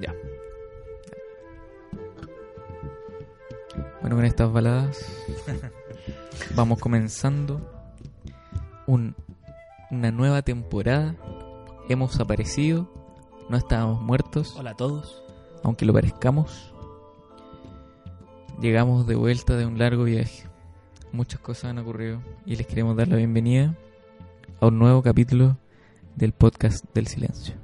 Ya. Bueno, con estas baladas vamos comenzando un- una nueva temporada. Hemos aparecido, no estábamos muertos, Hola a todos. aunque lo parezcamos. Llegamos de vuelta de un largo viaje. Muchas cosas han ocurrido y les queremos dar la bienvenida a un nuevo capítulo del podcast del silencio.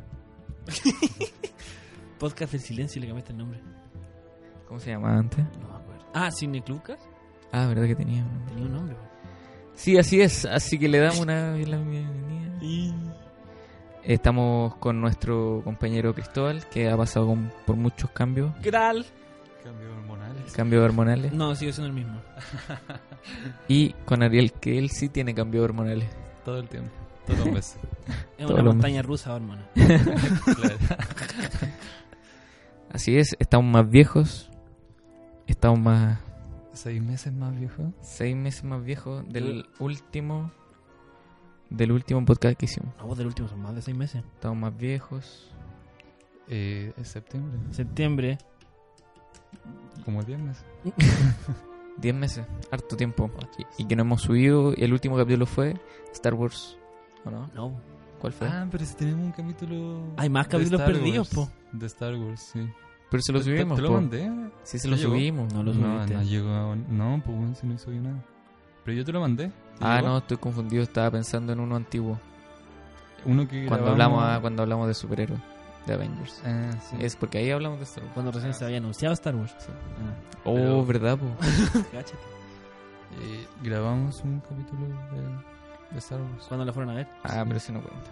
Podcast del silencio, le cambiaste el nombre. ¿Cómo se llamaba antes? No me acuerdo. Ah, Cineclucas. Ah, verdad que tenía. un- Tenía un nombre. Sí, así es. Así que le damos una la bienvenida. Y... Estamos con nuestro compañero Cristóbal, que ha pasado con- por muchos cambios, ¿Qué tal? Cambio hormonales. cambios hormonales. No, sigue siendo el mismo. Y con Ariel, que él sí tiene cambios hormonales. Todo el tiempo. Todos los meses. Es Todo una lo montaña rusa, hermano. Claro. Así es, estamos más viejos. Estamos más. Seis meses más viejo. seis meses más viejos del último. Del último podcast que hicimos. No, vos del último son más de seis meses. Estamos más viejos. Eh, es septiembre. Septiembre. Como el viernes. Diez meses, harto tiempo. Y, y que no hemos subido. El último capítulo fue Star Wars. ¿O no? No. ¿Cuál fue? Ah, pero si tenemos un capítulo. Hay más de capítulos Star perdidos, Wars. po. De Star Wars, sí. Pero se lo ¿Te- te- subimos. ¿Te lo po. mandé? Sí, se lo ¿Te llegó? subimos. No lo No, subiste. no llegó. aún. No, pues bueno, si no hizo yo nada. Pero yo te lo mandé. ¿Te Ah, llegó? no, estoy confundido. Estaba pensando en uno antiguo. Uno que Cuando hablamos, grabamos- ah, cuando hablamos de superhéroes, de Avengers. Ah, sí. Es porque ahí hablamos de Star Wars. Cuando recién se había anunciado Star Wars. Ah. Oh, Pero- verdad, po. Cáchate. Eh, grabamos un capítulo de, de Star Wars. ¿Cuándo la fueron a ver? Ah, Ah, pero eso no cuenta.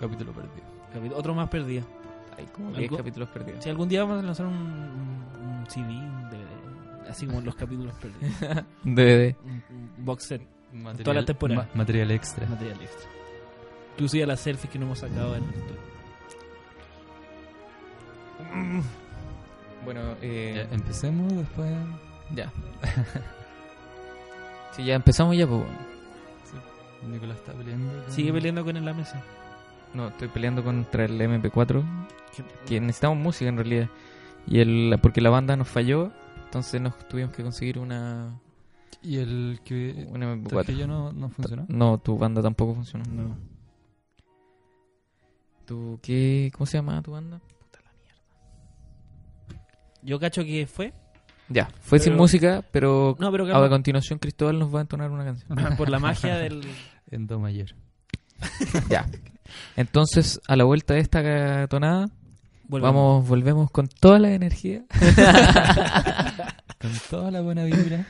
Capítulo perdido. Capi- Otro más perdido. Hay como Algo- 10 capítulos perdidos. Si algún día vamos a lanzar un, un- un CD, un DVD, así como los capítulos perdidos. DVD. Un, un box set, Material, Toda la temporada. ma- material extra. material extra. Inclusive las selfies que no hemos sacado en esto. Bueno, Ya, eh, empecemos después. ya. Sí, ya empezamos ya, po. Nicolás está peleando. con- Sigue peleando con él en la mesa. No, estoy peleando contra el MP4. Que necesitamos música en realidad. Y el, porque la banda nos falló, entonces nos tuvimos que conseguir una, Y el que. una El que MP4. yo no, no funcionó. No, tu banda tampoco funcionó. No. ¿Tú qué? ¿Cómo se llama tu banda? Yo cacho que fue. Ya, fue sin Pero- música, pero No, pero a calma. continuación Cristóbal nos va a entonar una canción. por la magia del. En Do Mayor. ya. Entonces, a la vuelta de esta tonada, Volvemos. vamos, volvemos con toda la energía Con toda la buena vibra.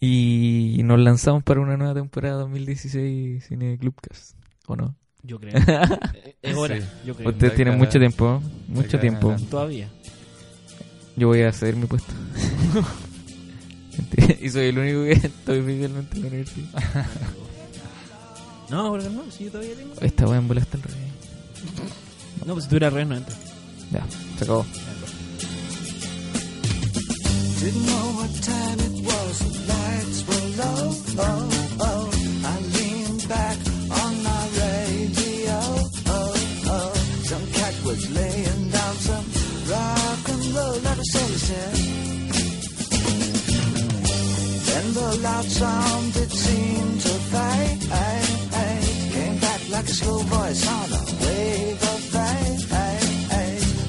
y nos lanzamos para una nueva temporada 2016 Cine Clubcast. ¿O no? Yo creo. Eh, es hora. Sí. Yo creo. Ustedes la tienen cara- mucho tiempo, ¿eh? mucho cara- tiempo. Todavía. Yo voy a ceder mi puesto. Mentira. y soy el único que estoy oficialmente en la universidad. No, porque no, si yo todavía tengo. Esta weá en bola está al revés. No, pues si tuviera re, no entra. Ya, se acabó. Didn't know what time it was, the lights were low, oh, oh. I leaned back on my radio, oh, oh. Some cat was laying down some rock and roll at a solar set. Then the loud sound, it seemed to fade, came back like a slow voice on a wave of fate.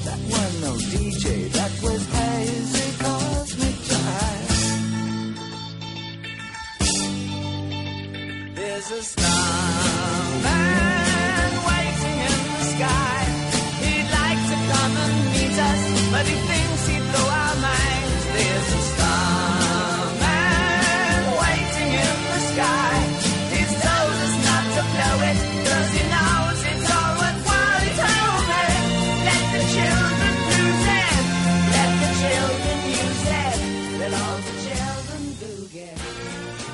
That was no DJ, that was hazy cosmic jive. There's a snowman waiting in the sky. He'd like to come and meet us, but he thinks he'd blow our minds. There's a snowman waiting in the sky. He's told us not to blow it, cause he knows it's all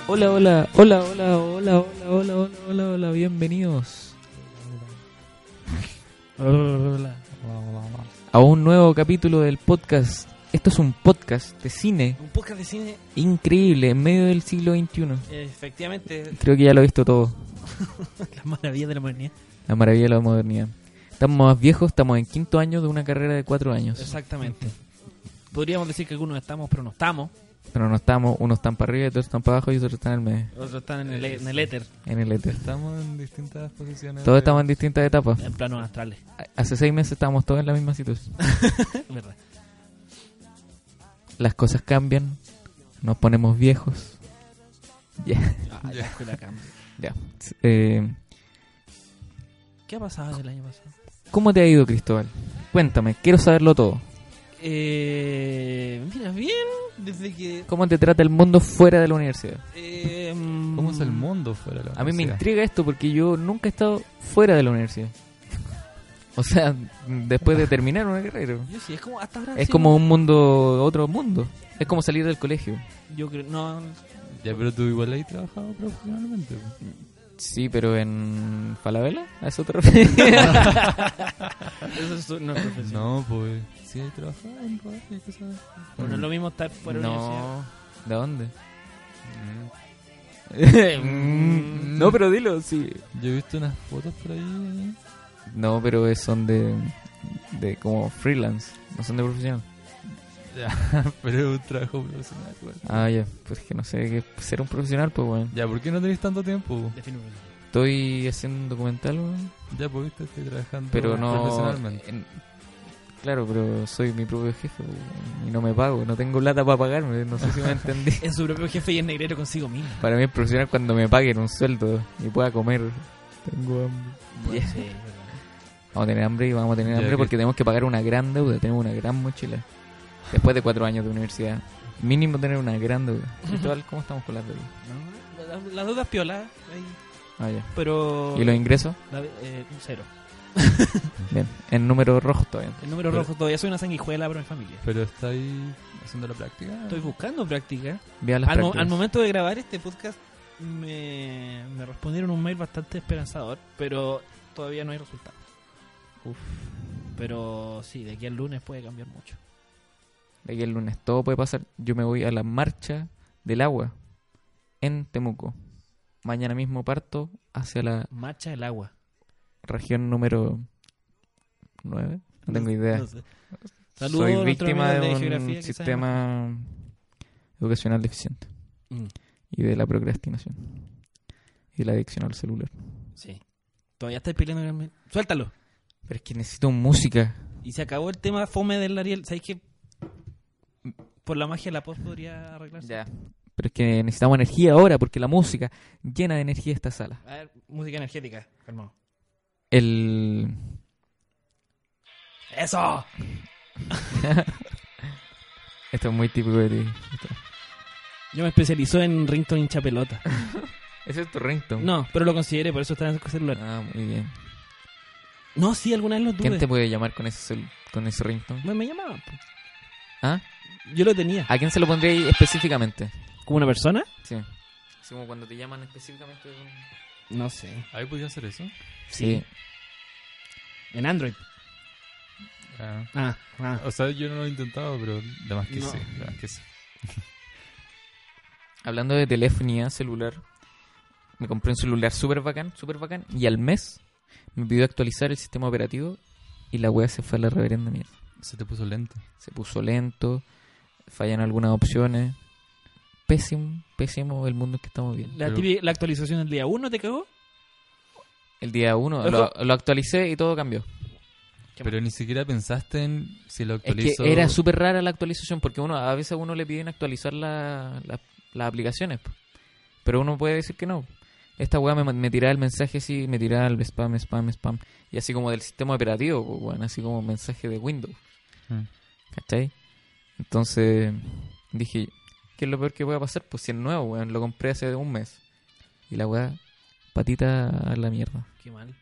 Hola, hola, hola, hola, hola, hola, hola, hola, hola, hola, bienvenidos a un nuevo capítulo del podcast. Esto es un podcast de cine Un podcast de cine, increíble en medio del siglo XXI. eh, efectivamente, Creo que ya lo he visto todo. las maravillas de la modernidad. La maravilla de la modernidad. Estamos más viejos, estamos en quinto año de una carrera de cuatro años. Exactamente. Podríamos decir que algunos estamos, pero no estamos. Pero no estamos, unos están para arriba, otros están para abajo y otros están en el medio, Otros están en el, e- en el éter, en el éter. Estamos en distintas posiciones. Todos de- estamos en distintas etapas. en planos astrales. Hace seis meses estábamos todos en la misma situación. ¿Verdad? Las cosas cambian, nos ponemos viejos. Ya, Ah, la escuela cambia. ya. Eh, ¿Qué ha pasado el año pasado? ¿Cómo te ha ido, Cristóbal? Cuéntame, quiero saberlo todo. Eh, mira, bien, desde que... ¿Cómo te trata el mundo fuera de la universidad? eh, ¿Cómo es el mundo fuera de la A mí me universidad? intriga esto porque yo nunca he estado fuera de la universidad. O sea, después de terminar una carrera. Yo sí, es como hasta ahora Es sí, como un mundo, otro mundo. Es como salir del colegio. Yo creo... No, Ya, pero tú igual ahí trabajado profesionalmente. pues. po. Sí, pero en Falabella, a eso te refieres? eso es, no es profesión. No, pues. Sí, hay trabajado en radio, ¿qué sabes? Pero no es lo mismo estar fuera de la universidad. no. ¿De dónde? Mm. Mm, no, pero dilo, sí. Yo he visto unas fotos por ahí. eh, No, pero es- son de, de como freelance, no son de profesional. Ya, pero es un trabajo profesional, güey. Ah, ya, pues que no sé, que ser un profesional, pues bueno. Ya, ¿por qué no tenéis tanto tiempo? Defino profesión. Estoy haciendo un documental, weón, Ya, pues viste, estoy trabajando pero no... profesionalmente. en- claro, pero soy mi propio jefe weón, y no me pago, no tengo plata para pagarme, no sé si me entendí. Es su propio jefe y es negrero consigo mismo. Para mí es profesional cuando me paguen un sueldo y pueda comer. Tengo hambre. Bueno, sí, es verdad. Vamos a tener hambre y vamos a tener Ya, hambre que- porque tenemos que pagar una gran deuda, tenemos una gran mochila. Después de cuatro años de universidad, mínimo tener una gran deuda. Cristóbal, ¿Cómo estamos con las deudas? No, la- Las dudas piola, ahí, Ah, ya. pero... ¿Y los ingresos? la- eh, un cero. Bien, en números rojos todavía. El número Pero- rojo todavía soy una sanguijuela, pero en familia. Pero estáis haciendo la práctica. Estoy buscando práctica. Vea las Al, mo- prácticas. al momento de grabar este podcast me, me respondieron un mail bastante esperanzador, pero todavía no hay resultado. Uf. Pero sí, de aquí al lunes puede cambiar mucho. De aquí el lunes todo puede pasar. Yo me voy a la marcha del agua en Temuco. Mañana mismo parto hacia la Marcha el agua. región número 9. No tengo idea. No sé. Saludos a Soy nuestro víctima amigo de de un geografía que sabe sistema educacional deficiente Mm, y de la procrastinación y la adicción al celular. sí. Todavía estáis peleando con el mail. Suéltalo. Pero es que necesito música. Y se acabó el tema fome del Ariel. ¿Sabéis que por la magia de la post podría arreglarse? Pero es que necesitamos energía ahora porque la música llena de energía esta sala. A ver, música energética. Calmado. El ¡Eso! esto es muy típico de ti. Esto- Yo me especializo en ringtone hincha pelota. Ese es tu ringtone. No, pero lo consideré, por eso está en el celular. Ah, muy bien. No, sí, alguna vez lo tuve. ¿Quién te puede llamar con ese cel- con ese ringtone? Me, me llamaban. po. ¿Ah? Yo lo tenía. ¿A quién se lo pondría ahí específicamente? Ah, ¿Como una persona? Sí. Es como cuando te llaman específicamente. No sé. Ahí podía hacer eso. Sí. En Android. Ah. Ah, ah. O sea, yo no lo he intentado, pero de más que No. sí. De más que sí. Hablando de telefonía celular, me compré un celular súper bacán, súper bacán, y al mes me pidió actualizar el sistema operativo y la web se fue a la reverenda mierda. Se te puso lento. Se puso lento, fallan algunas opciones. Pésimo, pésimo el mundo en que estamos viviendo. La, Pero- típica- la actualización del día 1 te cagó. El día uno lo, lo actualicé y todo cambió. Qué Pero ni siquiera pensaste en si lo Es actualizo. que era súper rara la actualización porque uno a veces a uno le piden actualizar la- la- las aplicaciones, po. pero uno puede decir que no. Esta weá me, me tiraba el mensaje así, me tiraba el spam, spam, spam. Y así como del sistema operativo, po, weón, así como mensaje de Windows, Mm. ¿cachai? Entonces dije, ¿qué es lo peor que puede pasar? Pues si es nuevo, weón, lo compré hace un mes. Y la weá, patita a la mierda. Qué mal.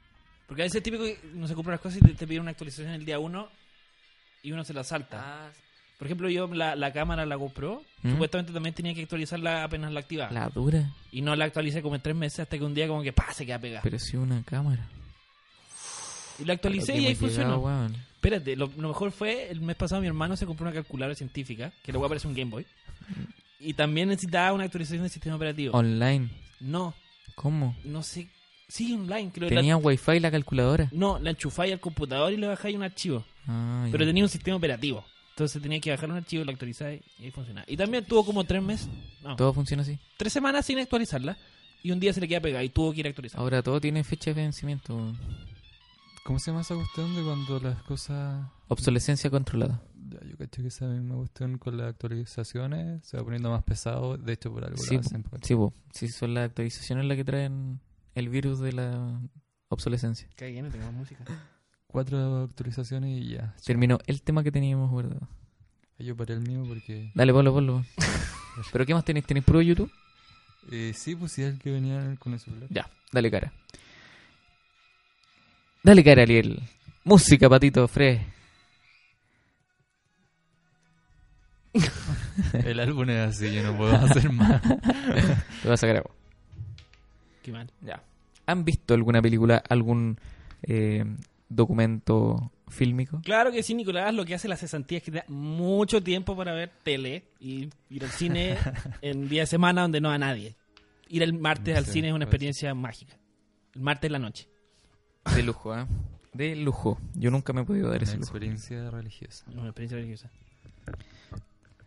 Porque a veces es Ah. típico que no se compran las cosas y te, te piden una actualización el día 1 y uno se la salta. Por ejemplo, yo la, la cámara, la GoPro, ¿Mm? supuestamente también tenía que actualizarla apenas la activaba. La dura. Y no la actualicé como en tres meses hasta que un día como que ¡pah! se queda pegada. Pero si una cámara. Y la actualicé Pero que y ahí hemos llegado, funcionó. weón. Espérate, lo, lo mejor fue, el mes pasado mi hermano se compró una calculadora científica, que luego aparece un Game Boy. Y también necesitaba una actualización del sistema operativo. Online. No, ¿Cómo? no sé. Sí, online, creo. La- Tenía wifi la calculadora. no, la enchufáis al computador y le bajáis un archivo. Ah, ya. Pero tenía un sistema operativo. Entonces tenía que bajar un archivo, lo actualizáis y ahí funcionaba. Y también tuvo como tres meses, no, Todo funciona así. tres semanas sin actualizarla. Y un día se le queda pegada y tuvo que ir a actualizar. Ahora todo tiene fecha de vencimiento. weón. ¿Cómo se llama esa cuestión de cuando las cosas... Obsolescencia controlada. Ya, Yo cacho que esa misma cuestión con las actualizaciones se va poniendo más pesado, de hecho por algo lo Sí, hacen, porque- Sí, po. Sí, son las actualizaciones las que traen el virus de la obsolescencia. no tenemos música. Cuatro actualizaciones y ya. Terminó el tema que teníamos guardado. Ahí Yo paré el mío porque... Dale, ponlo, ponlo. ¿Pero qué más tenéis? ¿Tenéis puro YouTube? Eh, sí, pues sí, es el que venía con el celular. Ya, dale cara. Dale cara, Ariel. Música, patito, Fred. El álbum es así, yo no puedo hacer más. Lo vas a sacar a vos. Qué mal. Ya. ¿Han visto alguna película, algún eh, documento fílmico? Claro que sí, Nicolás, lo que hace la cesantía es que te da mucho tiempo para ver tele y ir al cine en día de semana donde no a nadie. Ir el martes al Sí, cine es una puede experiencia mágica. El martes en la noche. De lujo, ¿eh? De lujo. Yo nunca me he podido dar Una ese lujo. experiencia religiosa. Una experiencia religiosa.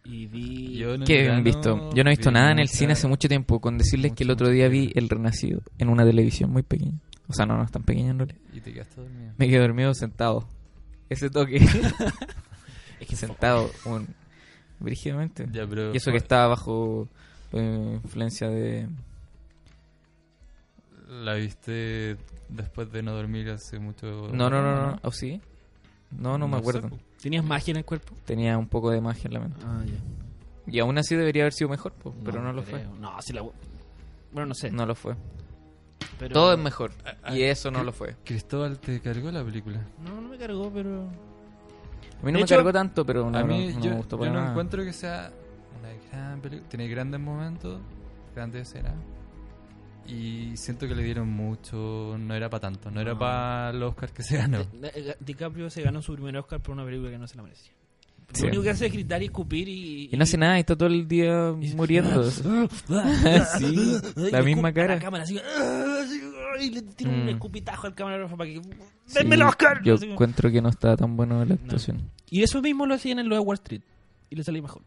Y vi... Yo en el ¿Qué han verano visto? Yo no he visto vi nada en el mucha- cine hace mucho tiempo, con decirles que el mucho, otro día mucho vi tiempo. El Renacido en una televisión muy pequeña. O sea, no, no es tan pequeña en realidad. Y te quedaste dormido. Me quedé dormido sentado. Ese toque. es que sentado, un... brígidamente. Ya, pero... Y eso que estaba bajo eh, influencia de... ¿La viste después de no dormir hace mucho? No, no, no, no. ¿O sí? No, no me sé, pues, acuerdo. po. ¿Tenías magia en el cuerpo? Tenía un poco de magia en la mente. Ah, ya. Y aún así debería haber sido mejor, po, pero no, lo creo. No, si la... Bueno, no sé. fue. No lo fue. pero- Todo es mejor. Y eso no lo fue. Cristóbal, ¿te cargó la película? No, no me cargó, pero... A mí no De me hecho, cargó tanto, pero no, a no- mí no yo, me gustó yo para no nada. encuentro que sea una gran película. Tiene grandes momentos, grandes escenas. Y siento que le dieron mucho. No era para tanto. No era No. para el Oscar que se ganó. Eh, eh, DiCaprio se ganó su primer Oscar por una película que no se la merecía. Sí. Lo único que hace es gritar y escupir y... Y no hace nada, y está todo el día muriendo. sí, la Y misma escupe a cara. La cámara, así, así, y le tira un Mm. escupitajo al camarógrafo para que. Sí, ¡Denme el Oscar! Yo Así como- encuentro que no está tan bueno la actuación. Y eso mismo lo hacían en lo de Wall Street. Y le salía mejor.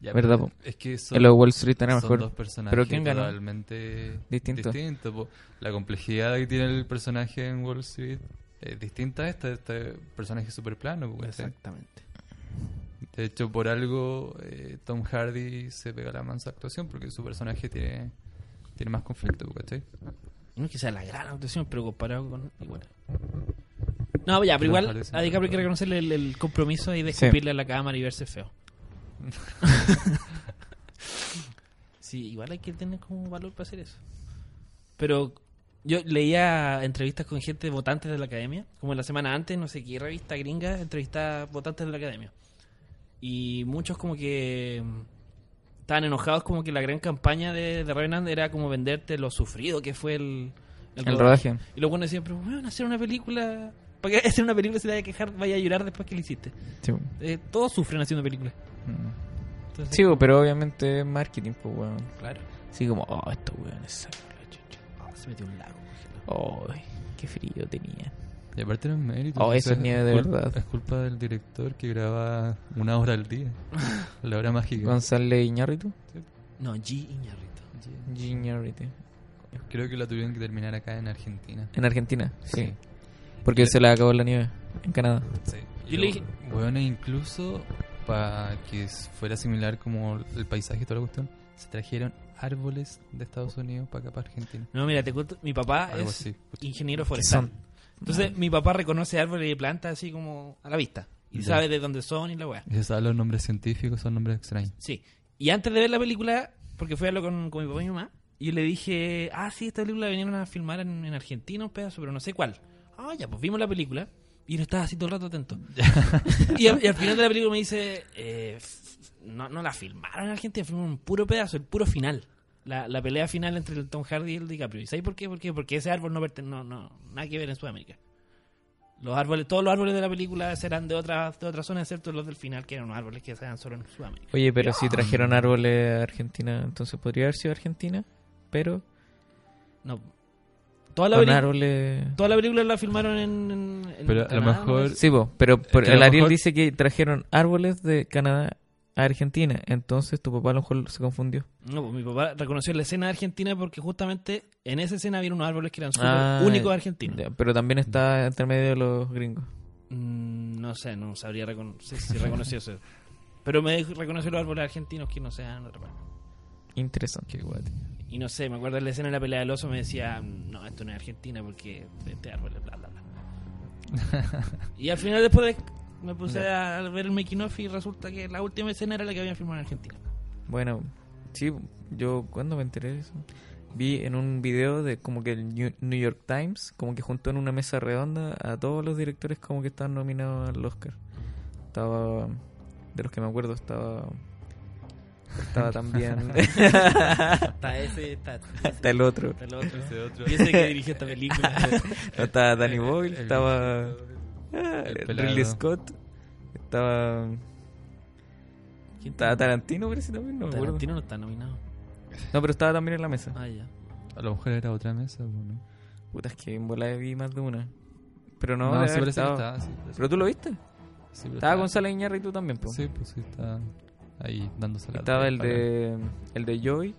Ya, ¿Verdad, pero po? Es que El son, de Wall Street era son mejor. dos personajes Pero ¿quién ganó? totalmente Distinto. distintos, po. La complejidad que tiene el personaje en Wall Street es distinta a esta. Este personaje súper plano. po, ¿cachai? Exactamente. De hecho, por algo eh, Tom Hardy se pega la mansa actuación porque su personaje tiene, tiene más conflicto, ¿cachai? No es que sea la gran actuación, pero comparado con. Igual. No, ya, pero Pero igual parece- a DiCaprio hay que reconocerle el, el compromiso y de Sí. escupirle a la cámara y verse feo. sí, igual hay que tener como valor para hacer eso. Pero yo leía entrevistas con gente votantes de la academia, como la semana antes, no sé qué revista gringa entrevistaba votantes de la academia. Y muchos como que mm, estaban enojados como que la gran campaña de, de Revenant era como venderte lo sufrido que fue el, El rodaje. y los buenos decían, pero weón, hacer una película. ¿Para qué hacer una película si te vaya a quejar, vaya a llorar después que la hiciste? Sí, Eh, todos sufren haciendo películas. Mm. Entonces, Sí, pero obviamente es marketing, pues, weón. claro. Así como, oh, estos weones sacan la chucha. Ah, se metió un lago. Ay, qué frío tenía. Y aparte no es mérito. Oh, o eso sea, es nieve de cul- verdad. Es culpa del director que graba una hora al día. la hora mágica. González Iñárritu. No, G. Iñarrito. Iñárritu. Creo que la tuvieron que terminar acá en Argentina. En Argentina, sí. Porque se le acabó la nieve en Canadá. sí. Yo le dije- Bueno, incluso para que s- fuera similar como el paisaje y toda la cuestión, se trajeron árboles de Estados Unidos para acá, para Argentina. No, mira, te cuento. Mi papá Algo es así. ingeniero forestal. Ah. Entonces, mi papá reconoce árboles y plantas así como a la vista. Y Ya. sabe de dónde son y la weá. Y se saben los nombres científicos, son nombres extraños. Sí. Y antes de ver la película, porque fui a hablar con, con mi papá y mi mamá, y yo le dije, ah, sí, esta película la vinieron a filmar en, en Argentina un pedazo, pero no sé cuál. Ah, ya, pues vimos la película. Y no estaba así todo el rato atento. y, al, y al final de la película me dice, eh, f- no, no la filmaron en Argentina, filmaron un puro pedazo, el puro final. La, la pelea final entre el Tom Hardy y el DiCaprio. ¿Y sabes por qué? ¿Por qué? Porque ese árbol no pertenece, no, no, nada que ver en Sudamérica. Los árboles, todos los árboles de la película serán de otra, de otra zona, excepto los del final, que eran unos árboles que se dan solo en Sudamérica. Oye, pero si trajeron árboles a Argentina, entonces podría haber sido Argentina, pero No. Toda la, con peli- árboles... toda la película la filmaron en. en- en Pero a lo Canadá, ¿no? mejor- Sí, po, pero por- que a el lo Ariel mejor- dice que trajeron árboles de Canadá a Argentina, entonces tu papá a lo mejor se confundió. No, pues mi papá reconoció la escena de Argentina porque justamente en esa escena había unos árboles que eran súper Ah, únicos argentinos. ya, pero también está entre medio de los gringos. Mm, no sé, no sabría recono- si- si reconoció eso. Pero me dijo- reconoció los árboles argentinos que no sean otra parte. Interesante. Qué guay, tío. Y no sé, me acuerdo de la escena de la pelea del oso, me decía, no, esto no es Argentina porque este árbol es bla, bla, bla. y al final después de- me puse a, a ver el making of y resulta que la última escena era la que habían filmado en Argentina. Bueno, sí, yo cuando me enteré de eso, vi en un video de como que el New New York Times, como que juntó en una mesa redonda a todos los directores como que estaban nominados al Oscar. Estaba, de los que me acuerdo, estaba... Estaba también... Está ese, está, Está el otro. el otro. Ese otro. Y ese que dirigió esta película. No, estaba Danny Boyle, El- estaba ah, el Ridley pelado. Scott, estaba, ¿Quién estaba Tarantino, parece también, no me acuerdo. Tarantino no está nominado. No, pero estaba también en la mesa. Ah, ya. A lo mejor era otra mesa, ¿o ¿no? Puta, es que en bola vi más de una. Pero no, debe sí haber parece que estado- estaba. sí, parece Pero tú lo viste. que- sí, pero Estaba estaba- Gonzalo Iñarri y tú también, po. Sí, pues sí, estaba ahí dándose la Estaba el de, el de Joy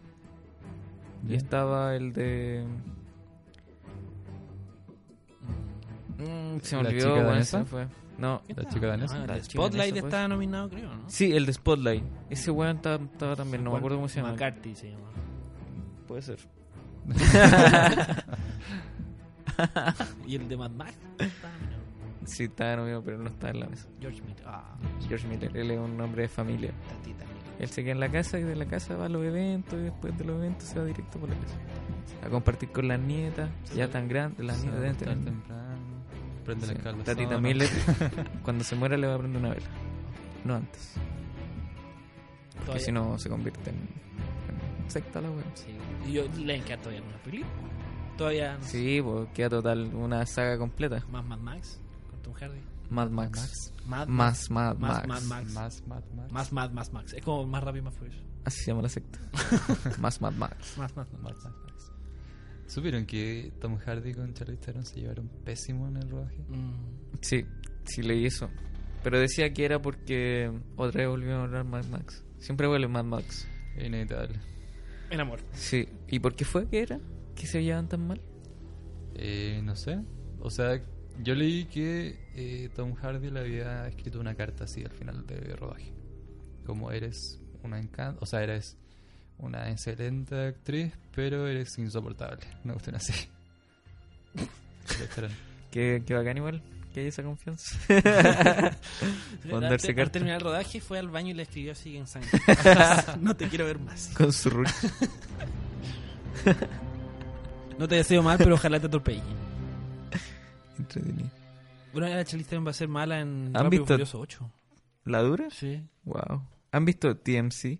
y Ya. estaba el de... Mm, se me ¿La olvidó, chica bueno, danesa? se me fue. No, La chica danesa. Ah, La el chica Spotlight danesa, pues. está nominado, creo, ¿no? Sí, el de Spotlight. Ese weón estaba, estaba también, no me acuerdo cómo se llama. McCarthy se llama. Puede ser. Y el de Mad Max está nominado. Sí, estaba nominado, pero no estaba en la mesa. George Miller. Ah, George Miller, él es un hombre de familia. tatita. Él se queda en la casa y de la casa va a los eventos y después de los eventos se va directo por la casa. A compartir con las nietas, ya tan grandes, las nietas deben tener. temprano. Prende Sí, la calda. Tatita sola. Miller, cuando se muera le va a prender una vela. No antes. Porque Todavía- si no se convierte en, en secta la web. Sí. Y yo le encanta todavía algunas películas. Todavía no sé, Sí, pues queda total una saga completa. más Mad Max con Tom Hardy. Mad Max. Mad Más Mad Max. Más Mad Max. Más, más, más. Más Mad, más Max. Es como más rápido y más furioso. Así se llama la secta. Más Mad Max. Más, más, más. Más, más, más. ¿Supieron que Tom Hardy con Charlize Theron se llevaron pésimo en el rodaje? Mm, Sí, sí leí eso. Pero decía que era porque otra vez volvieron a hablar Mad Max. Siempre vuelve Mad Max. Es inevitable. el amor. Sí. ¿Y por qué fue que era? ¿Que se llevaban tan mal? Eh, no sé. O sea, yo leí que eh, Tom Hardy le había escrito una carta así al final del rodaje. Como eres una encanto, o sea, eres una excelente actriz, pero eres insoportable. No gustan así. Charlize Theron. Que, que bacán igual, que hay esa confianza. Con Al, darse te- al carta. terminar el rodaje fue al baño y le escribió así en sangre. no te quiero ver más. Con su ruch. No te deseo mal, pero ojalá te atropelle. Entretenido. Bueno, la Charlize Theron va a ser mala en ¿Han Rápido y visto? Furioso 8. ¿La dura? Sí. Wow. ¿Han visto TMC?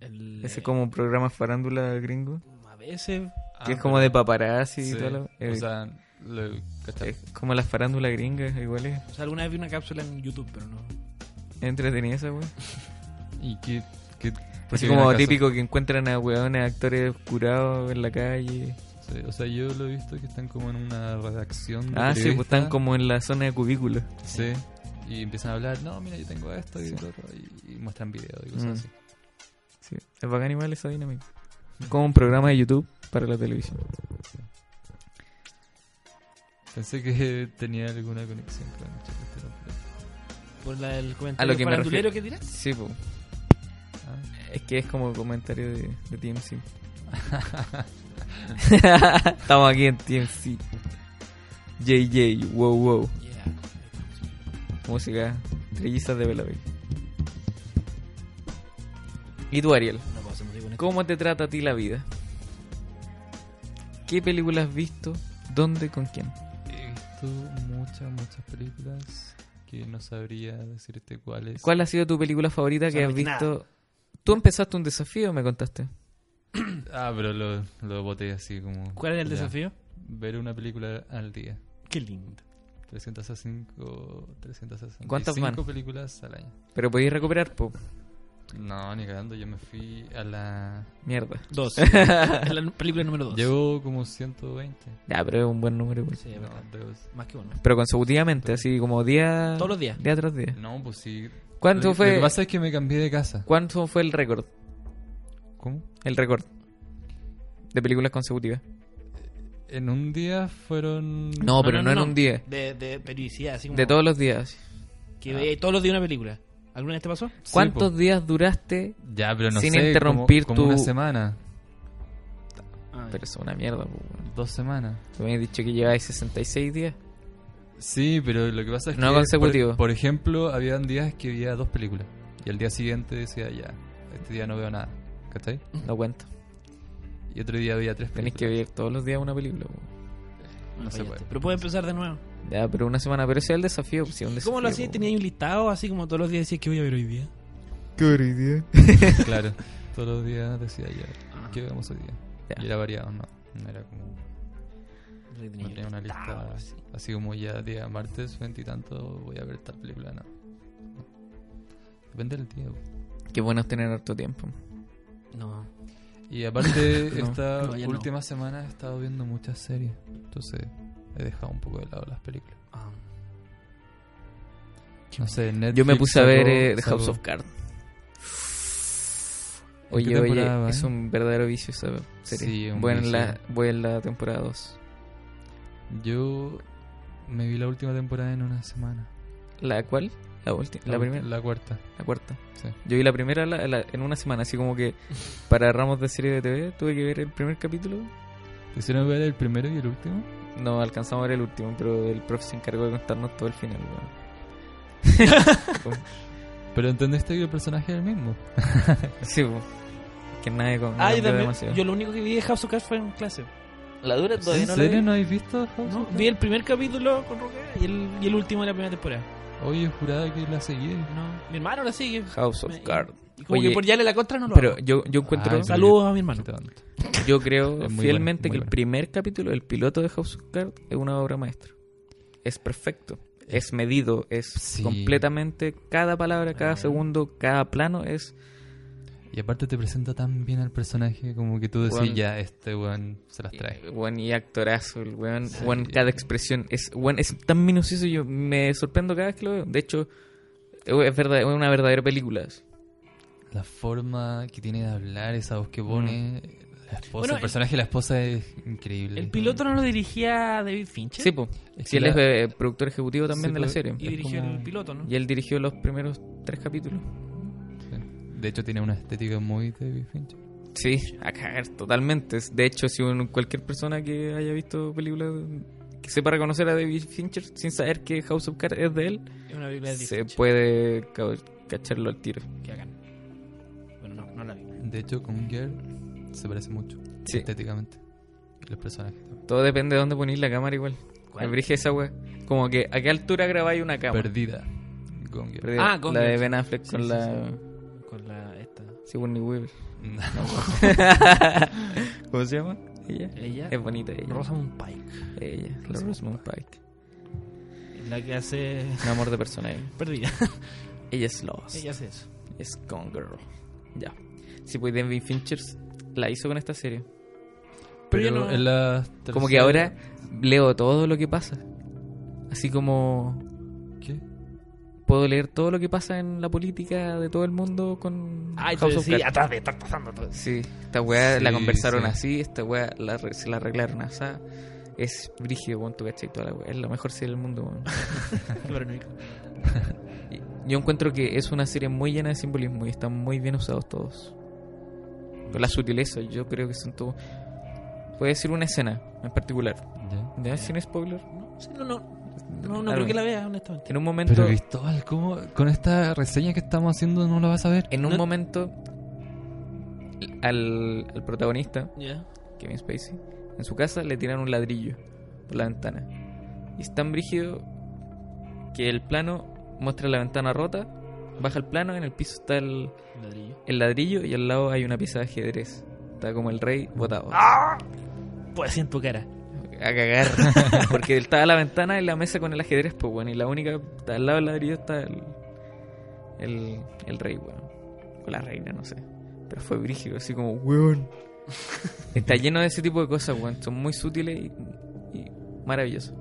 El, Ese como programa farándula gringo. A veces. que es Ah, como pero- de paparazzi sí. y todo lo... eh, O sea, lo- ¿cachai? es como las farándulas gringas, igual es O sea, alguna vez vi una cápsula en YouTube, pero no. entretenida esa wey. Y que. que Así porque Pues como en la casa- típico que encuentran a weones, actores curados en la calle. Sí, o sea, yo lo he visto que están como en una redacción. de Ah, sí, pues están periodistas. como en la zona de cubículos. Sí. Y empiezan a hablar, no, mira, yo tengo esto y Sí. lo otro", y, y muestran videos y cosas Mm. así. Sí, es bacán igual esa dinámica. Mm. Como un programa de YouTube para la televisión. Pensé que tenía alguna conexión con Charlize Theron, pero- Por la, el comentario A lo que me farandulero refiero. que dirás. Sí, pues. ah. Es que es como comentario de, de TMC. Estamos aquí en TMC. JJ, wow, wow. Yeah. Música, trellizas de Bella Bell. ¿Y tú, Ariel? Una pausa, muy bonita. ¿Cómo te trata a ti la vida? ¿Qué película has visto? ¿Dónde? ¿Con quién? He visto visto muchas, muchas películas que no sabría decirte cuáles. ¿Cuál ha sido tu película favorita que has Absolutamente visto? Tú empezaste un desafío, me contaste. Ah, pero lo, lo boté así como... ¿Cuál era el ya. desafío? Ver una película al día. Qué lindo. 365, 365 ¿Cuántas van? películas al año. Pero podéis recuperar, po. No, ni cagando, yo me fui a la... Mierda. Dos. es la nu- película número dos. Llevo como 120. Ya, pero es un buen número igual. Sí, es No, verdad. debo- Más que uno. Pero consecutivamente, así como día... Todos los días. Día tras día. no, pues sí. ¿Cuánto Lo- Lo fue- que pasa es que me cambié de casa. ¿Cuánto fue el récord? ¿Cómo? El récord. De películas consecutivas. En un día fueron... No, pero no, en un día. De, de periodicidad, así como. De todos los días. Que veía todos los días una película. ¿Alguna vez te pasó? Sí, ¿Cuántos po. días duraste? Ya, pero no sin sé, como- interrumpir como, tu- una semana, Ah, Pero eso es una mierda, po. dos semanas. Tú me has dicho que lleváis 66 días. Sí, pero lo que pasa es No que... consecutivo. Por, por ejemplo, habían días que había dos películas. Y al día siguiente decía, ya, este día no veo nada. ¿Cachai? No cuento. Y otro día había tres Tenéis películas. que ver todos los días una película, po. No, no se fallaste. puede. Pero puedes empezar de nuevo. Ya, pero una semana. Pero ese es el desafío. po, sí, un ¿Cómo desafío, lo hacías? po. ¿Tenías un listado así como todos los días decías que voy a ver hoy día? Claro, todos los días decía ya, Ah, ¿qué vemos hoy día? Ya. Y era variado, no. No era como. yo tenía No tenía un una listado, lista así. así como ya día martes, 20 y tanto, voy a ver tal película, no. No. Depende del día. po. Qué bueno es tener harto tiempo. No. Y aparte, No, esta no, ya no. última semana he estado viendo muchas series, entonces he dejado un poco de lado las películas. Ah. No sé, Netflix Yo me puse a ver sacó- eh, The House sacó- of Cards. ¿En qué Oye, oye, temporada va, es eh? un verdadero vicio esa serie. Sí, un voy, En vicio. la, voy en la temporada 2. Yo me vi la última temporada en una semana. ¿La cuál? La última, la, ul- primera, la, La cuarta, cuarta. sí. Yo vi la primera la- la- en una semana, así como que para ramos de serie de TV tuve que ver el primer capítulo. ¿Te hicieron ver el primero y el último? No alcanzamos a ver el último, pero el profe se encargó de contarnos todo el final. weón. Pero entendiste que el personaje es el mismo. Sí, po. que nadie con nadie Ah, yo vio también. demasiado. Yo lo único que vi de House of Cards fue en clase. La dura ¿En serio no habéis visto House No, of vi el primer capítulo con Roca y el, y el último de la primera temporada. Cards? Oye, juraba que la seguí. No, mi hermano la sigue. House of Me- Cards. Y como Oye, que por ya la contra no lo Pero hago. yo, yo encuentro... Ay, Saludos a mi hermano. Qué tonto. Yo creo Es muy fielmente bueno, muy que el bueno. primer capítulo, el piloto de House of Cards, es una obra maestra. Es perfecto, es medido, es Sí. completamente cada palabra, cada segundo, cada plano es Y aparte te presenta tan bien al personaje como que tú decís, Weón. ya, este weón se las trae. buen y actorazo, el weón, weón, cada expresión es weón, es tan minucioso, yo me sorprendo cada vez que lo veo. De hecho, es verdad, es una verdadera película. La forma que tiene de hablar, esa voz Mm. que pone, la esposa, Bueno, el el- personaje de la esposa es increíble. El piloto no lo dirigía David Fincher. Sí, po. Es Si que él la- es eh, productor ejecutivo también Sí, de la pues, serie. Y dirigió como- el piloto, ¿no? Y él dirigió los primeros tres capítulos. De hecho tiene una estética muy David Fincher. Sí, a cagar totalmente. De hecho, si un- cualquier persona que haya visto películas que sepa reconocer a David Fincher sin saber que House of Cards es de él, Es una película de David se Fincher. puede ca- cacharlo al tiro. Que hagan. Bueno, no, no la vi. De hecho con Girl se parece mucho Sí. estéticamente. Y los personajes también. Todo depende de dónde ponéis la cámara igual. ¿Cuál? Me brige esa wea. Como que a qué altura grabáis una cámara. Perdida. Con Girl. Perdida. Ah, con la de Dios. Ben Affleck con sí, la Con la. Esta. Sigourney Weaver. ¿Cómo se llama? Ella. Ella. Es bonita ella. Rosamund Pike. Ella, la Rosamund Pike. La que hace. Un amor de personaje. Perdida. Ella es Lost. Ella hace eso. Es Gone Girl. Ya. Si pues David Fincher la hizo con esta serie. Pero yo no- en la Como tercera- que ahora leo todo lo que pasa. Así como ¿Qué? puedo leer todo lo que pasa en la política de todo el mundo con Ay, House of entonces sí, ah. Cards. atrás de estar pasando todo. Sí, esta weá la Sí, conversaron sí. así, esta weá la re- se la arreglaron así. Es brígido, weón, tu cachai toda la weá. Es la mejor serie del mundo, weón. Qué paranoico. Y- Yo encuentro que es una serie muy llena de simbolismo y están muy bien usados todos. Con la sutileza, yo creo que son todos. Puede decir una escena en particular. Ya. ¿Ya? ¿Sin spoiler? No, sí, no, no, no, no Claro. creo que la vea, honestamente. En un momento. Pero Cristóbal, ¿cómo con esta reseña que estamos haciendo no la vas a ver? En un no- momento. Al, al protagonista, Ya. Kevin Spacey, en su casa le tiran un ladrillo por la ventana. Y es tan brígido que el plano muestra la ventana rota, baja el plano, en el piso está el, Ladrillo. el ladrillo y al lado hay una pieza de ajedrez. Está como el rey botado. Pues en tu cara. A cagar. Porque estaba la ventana y la mesa con el ajedrez, pues bueno. Y la única, está al lado del ladrillo está el, el, el rey, weón. O la reina, no sé. Pero fue brígido, así como, weón. Está lleno de ese tipo de cosas, weón. Son muy sutiles y, y maravillosos.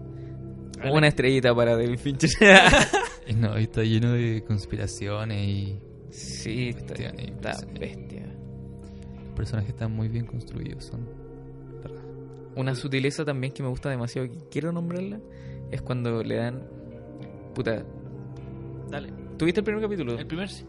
Vale. Una estrellita para David Fincher. Y No, y está lleno de conspiraciones y sí, está, Cuestiones, está sí. bestia. los personajes están muy bien construidos. Son... Una sutileza también que me gusta demasiado, que quiero nombrarla, es cuando le dan... Puta, Dale. ¿tuviste el primer capítulo? El primer sí.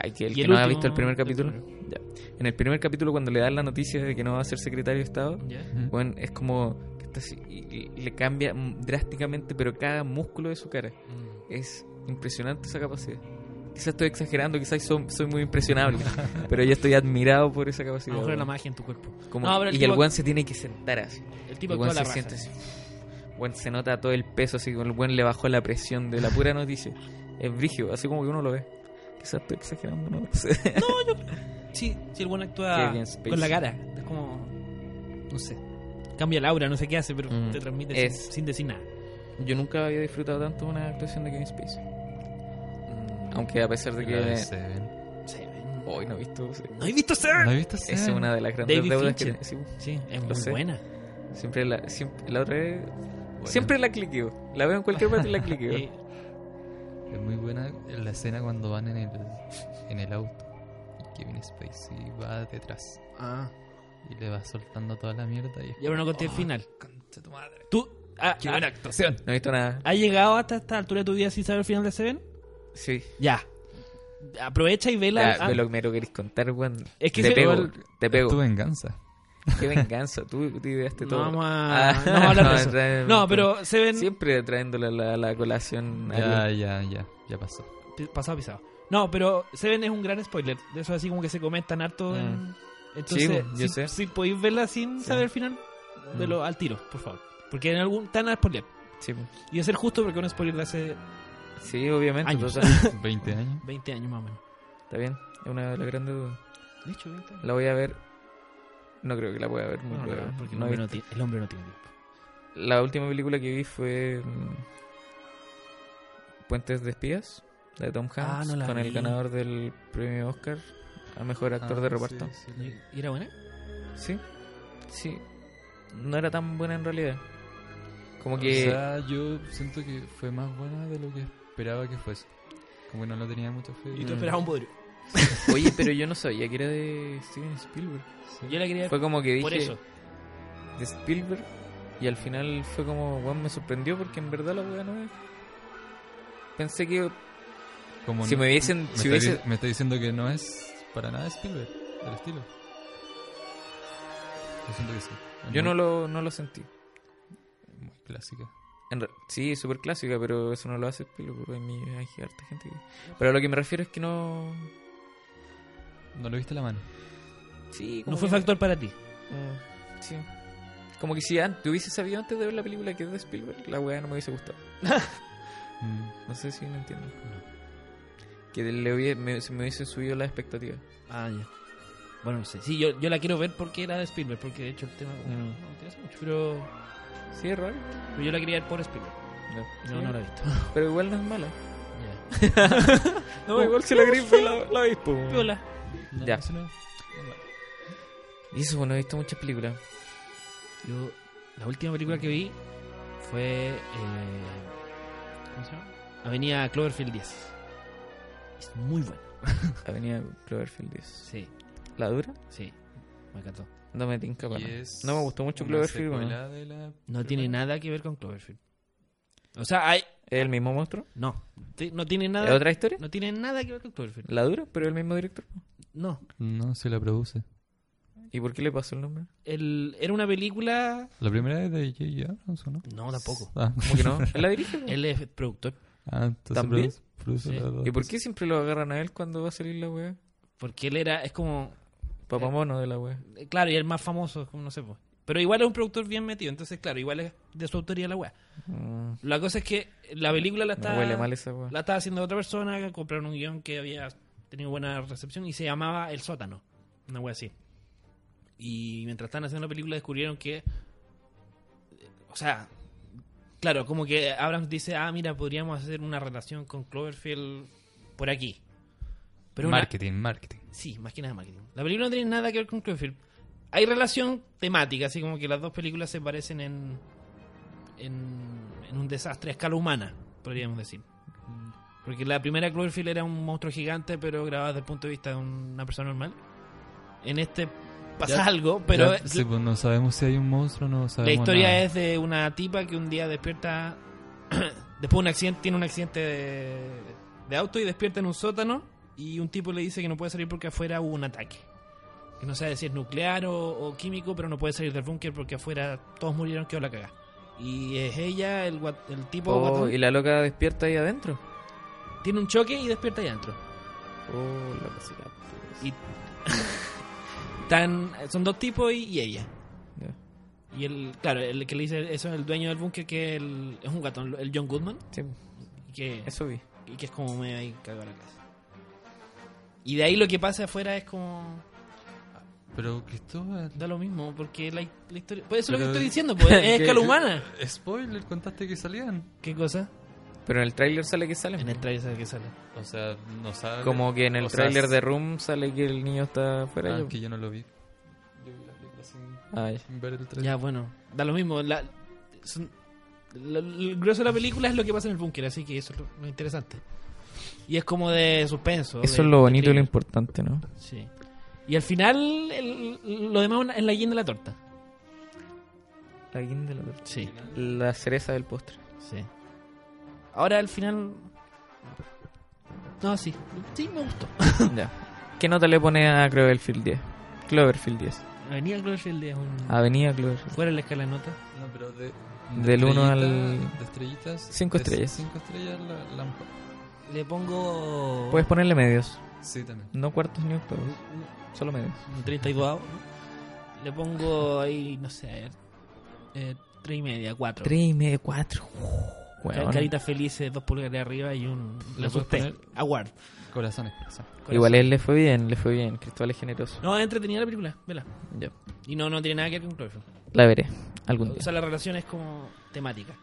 Ay, que el Y que el no ha último visto el primer del capítulo. Ya. En el primer capítulo, cuando le dan la noticia de que no va a ser secretario de Estado, Ya. bueno, es como que está así, y- y le cambia mm, drásticamente, pero cada músculo de su cara. Mm. Es impresionante esa capacidad. Quizás estoy exagerando, quizás son- soy muy impresionable, pero yo estoy admirado por esa A capacidad. lo mejor es la weón. magia en tu cuerpo. Como- No, pero el y el tipo- buen se tiene que sentar así. El El tipo buen actúa la se raja. siente así. Buen se nota todo el peso, así como el buen le bajó la presión de la pura noticia. Es brígido, así como que uno lo ve. Quizás estoy exagerando, no lo sé. Sí, sí, el buen Qué actúa bien, Spacey. con la cara. Es como. No sé. Cambia el aura, no sé qué hace, pero Mm, te transmite es- sin, sin decir nada. Yo nunca había disfrutado tanto una actuación de Kevin Spacey. Aunque a pesar de que La de hoy Seven. Seven. no he visto Seven. No he visto ¿No Seven. has visto Esa Ah, es Seven? una de las grandes Ah, David deudas Fincher. que tengo. Sí, es Lo muy sé. buena. Sí, siempre la siempre, la otra vez- Bueno, siempre la cliqueo. La veo en cualquier parte y la cliqueo. Eh, Es muy buena la escena cuando van en el, en el auto. Y Kevin Spacey va detrás. ah. Y le va soltando toda la mierda. Y es Y ahora no conté Oh, el final. concha tu madre. ¿Tú ah, ¡Qué ah, buena actuación! No he visto nada. has llegado hasta esta altura de tu vida sin saber el final de Seven? Sí. Ya. Aprovecha y vela. Ya, ah, ve lo que me lo querés contar, weón. Es que te ese- pego, igual- te pego. Tu venganza. Qué venganza, tú tú ideaste no todo. vamos a, Ah, no vamos a hablar de no, eso. entra en- No, pero Seven... Siempre trayéndole la, la colación. a Ya, alguien. ya, ya. Ya pasó. Pi- Pasado pisado. No, pero Seven es un gran spoiler. De eso así como que se comentan harto. Mm. en- Entonces, Sí, yo si, sé. si podéis verla sin Sí. saber el final, Mm. velo al tiro, por favor. Porque en algún tan a spoiler. Sí, po. Y es ser justo porque un spoiler de hace Sí, obviamente. Años. pues, está 20 años. 20 años más o menos. bien. Es una de las grandes dudas. De hecho, 20 años. La voy a ver. No creo que la pueda ver muy No, no, breve. no, porque No el, hombre he no visto- tiene, el hombre no tiene tiempo. La última película que vi fue mm, Puentes de Espías, la de Tom Hanks, Ah, no la con el vi. Ah, ganador del premio Oscar a mejor actor Ah, de reparto. ¿Y era buena? Sí. sí, No era tan buena en realidad. Como O que. sea, yo siento que fue más buena de lo que esperaba que fuese. Como que no lo tenía mucha fe. Y Mm. tú esperabas un podrio. Oye, pero yo no sabía que era de Steven Spielberg. Yo la quería ver Fue como que dije. por eso. de Spielberg y al final fue como, weón, me sorprendió porque en verdad la weá no es. Pensé que Como si no- me hubiesen, Me, si está, hubiese, di- me está diciendo que no es para nada Spielberg, del estilo. Yo siento que sí. Es yo muy- no lo, no lo sentí. Muy clásica. En re- sí, es súper clásica, pero eso no lo hace Spielberg. Hay, mi- hay harta gente que... Pero a lo que me refiero es que no... No lo viste la mano. Sí, como No fue que- factor para ti. Mm, sí. Como que si antes, hubiese sabido antes de ver la película que es de Spielberg, la weá no me hubiese gustado. Mm. No sé si me entiendo. Que le hubie- me, se me hubiese subido la expectativa. Ah, ya. Bueno, no sé. Sí, yo, yo la quiero ver porque era de Spielberg. Porque de hecho el tema Mm. no me interesa mucho. Pero, Sí, es raro. pero yo la quería ver por Spielberg. No, Yo no la he visto. Pero igual no es mala. Ya. No, igual si la gripe la, la avispo. Piola. No, Ya. eso no- Y eso, bueno, he visto muchas películas. Yo, la última película que vi fue. eh, ¿Cómo se llama? Avenida Cloverfield 10. Es muy buena. Avenida Cloverfield 10. Sí, ¿La dura? sí. Me encantó. No me tinca para Y nada. es No me gustó mucho una Cloverfield, secuela bueno. de la No tiene primera. nada que ver con Cloverfield. O sea, hay. ¿Es el mismo monstruo? No. Ti- No tiene ¿Es nada. otra historia? No tiene nada que ver con Cloverfield. ¿La dura? ¿Pero el mismo director? No. No, se la produce. ¿Y por qué le pasó el nombre? El, era una película. La primera es de J.J. Abrams, ¿o no? No, tampoco. Ah, ¿Cómo que no? ¿Él la dirige? po? Él es productor. ah, entonces ¿También? produce- produce Sí. las dos. ¿Y por qué siempre lo agarran a él cuando va a salir la wea? Porque él era. Es como. Papamono de la wea. Claro, y el más famoso, como no sé. Pues. Pero igual es un productor bien metido, entonces, claro, igual es de su autoría la weá. Mm, La cosa es que la película la me está, huele mal esa weá. la estaba haciendo otra persona, compraron un guión que había tenido buena recepción y se llamaba El Sótano, una weá así. Y mientras estaban haciendo la película descubrieron que, o sea, claro, como que Abrams dice, ah, mira, podríamos hacer una relación con Cloverfield por aquí. Pero una- marketing, marketing. Sí, más que nada marketing. La película no tiene nada que ver con Cloverfield. Hay relación temática, así como que las dos películas se parecen en, en, en un desastre a escala humana, podríamos decir. Porque la primera Cloverfield era un monstruo gigante, pero grabada desde el punto de vista de una persona normal. En este pasa Ya- algo, pero Ya, sí, pues, no sabemos si hay un monstruo, no sabemos. la historia nada. es de una tipa que un día despierta. después de un accidente, tiene un accidente de, de auto y despierta en un sótano. Y un tipo le dice que no puede salir porque afuera hubo un ataque. Que no sabe si es nuclear o, o químico, pero no puede salir del búnker porque afuera todos murieron, quedó la cagada. Y es ella, el, guat- el tipo Oh, guatón, y la loca despierta ahí adentro. tiene un choque y despierta ahí adentro. Oh, la pasita. Y tan, son dos tipos y- y ella. Ya. Y el, claro, el que le dice eso es el dueño del búnker, que el- es un gatón, el John Goodman. Sí, Que eso vi. Y que es como me ahí cago en la casa. Y de ahí lo que pasa afuera es como. Pero Cristóbal. Da lo mismo, porque la, la historia. Pues eso es lo que Pero- estoy diciendo, pues, es ¿Qué? escala humana. Spoiler, contaste que salían. ¿Qué cosa? Pero en el tráiler sale que sale. En el trailer sabe que sale. O sea, no sabes. Como que en el tráiler de Room sale que el niño está afuera. yo- que yo no lo vi. Yo vi la película sin Ah, ya. sin ver el tráiler. Ya, bueno, da lo mismo. La, son- lo- el grueso de la película es lo que pasa en el búnker, así que eso es lo, lo interesante. Y es como de suspenso. Eso de- es lo de bonito y lo thriller. importante, ¿no? Sí. Y al final, el- lo demás es una- es la guinda de la torta. La guinda de la Sí. La cereza del postre. Sí. Ahora al final. No, sí. Sí, me gustó. ya. ¿Qué nota le pone a Cloverfield 10? Cloverfield 10. Avenida Cloverfield es un. Avenida Cloverfield. Fuera de la escala de nota. No, pero de. Del uno estrellita- al- De estrellitas. Cinco de estrellas. Cinco estrellas la, la mejor. Le pongo. Puedes ponerle medios. Sí, también. No cuartos ni octavos. Solo medios. Un 32. Le pongo ahí, no sé, a ver. Eh, 3 y media, 4. Tres y medio, cuatro. Weón. Caritas felices, dos pulgares arriba y un. ¿Le La puedes asusté. poner? Award. Corazones, corazones. Corazón. Igual él le fue bien, le fue bien. Cristóbal es generoso. No, es entretenida la película, vela. Ya. Y no, no tiene nada que ver con Cloverfield. La veré algún O día. sea, la relación es como temática.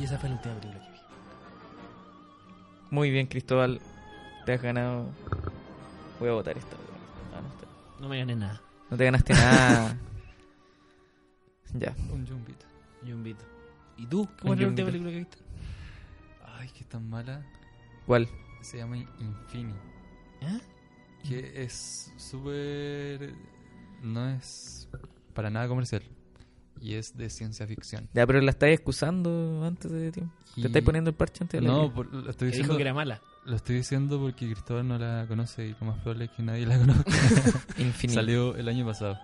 Y esa fue la última película que vi. Muy bien, Cristóbal. Te has ganado. Voy a votar esta. weón. Ah, no, está. No me gané nada. No te ganaste nada. ya. Un jumpito. Yo invito. ¿Y tú? Un ¿Cuál fue la última Yumbito. película que viste? Ay, qué tan mala. ¿Cuál? Se llama Infini. ¿Eh? Que es súper. No es para nada comercial. Y es de ciencia ficción. Ya, pero la estáis excusando antes de tiempo. Y- Te estáis poniendo el parche antes de la No, herida. por- lo, estoy Que dijo diciendo, que era mala. lo estoy diciendo porque Cristóbal no la conoce y lo más probable es que nadie la conozca. Infinito. Salió el año pasado.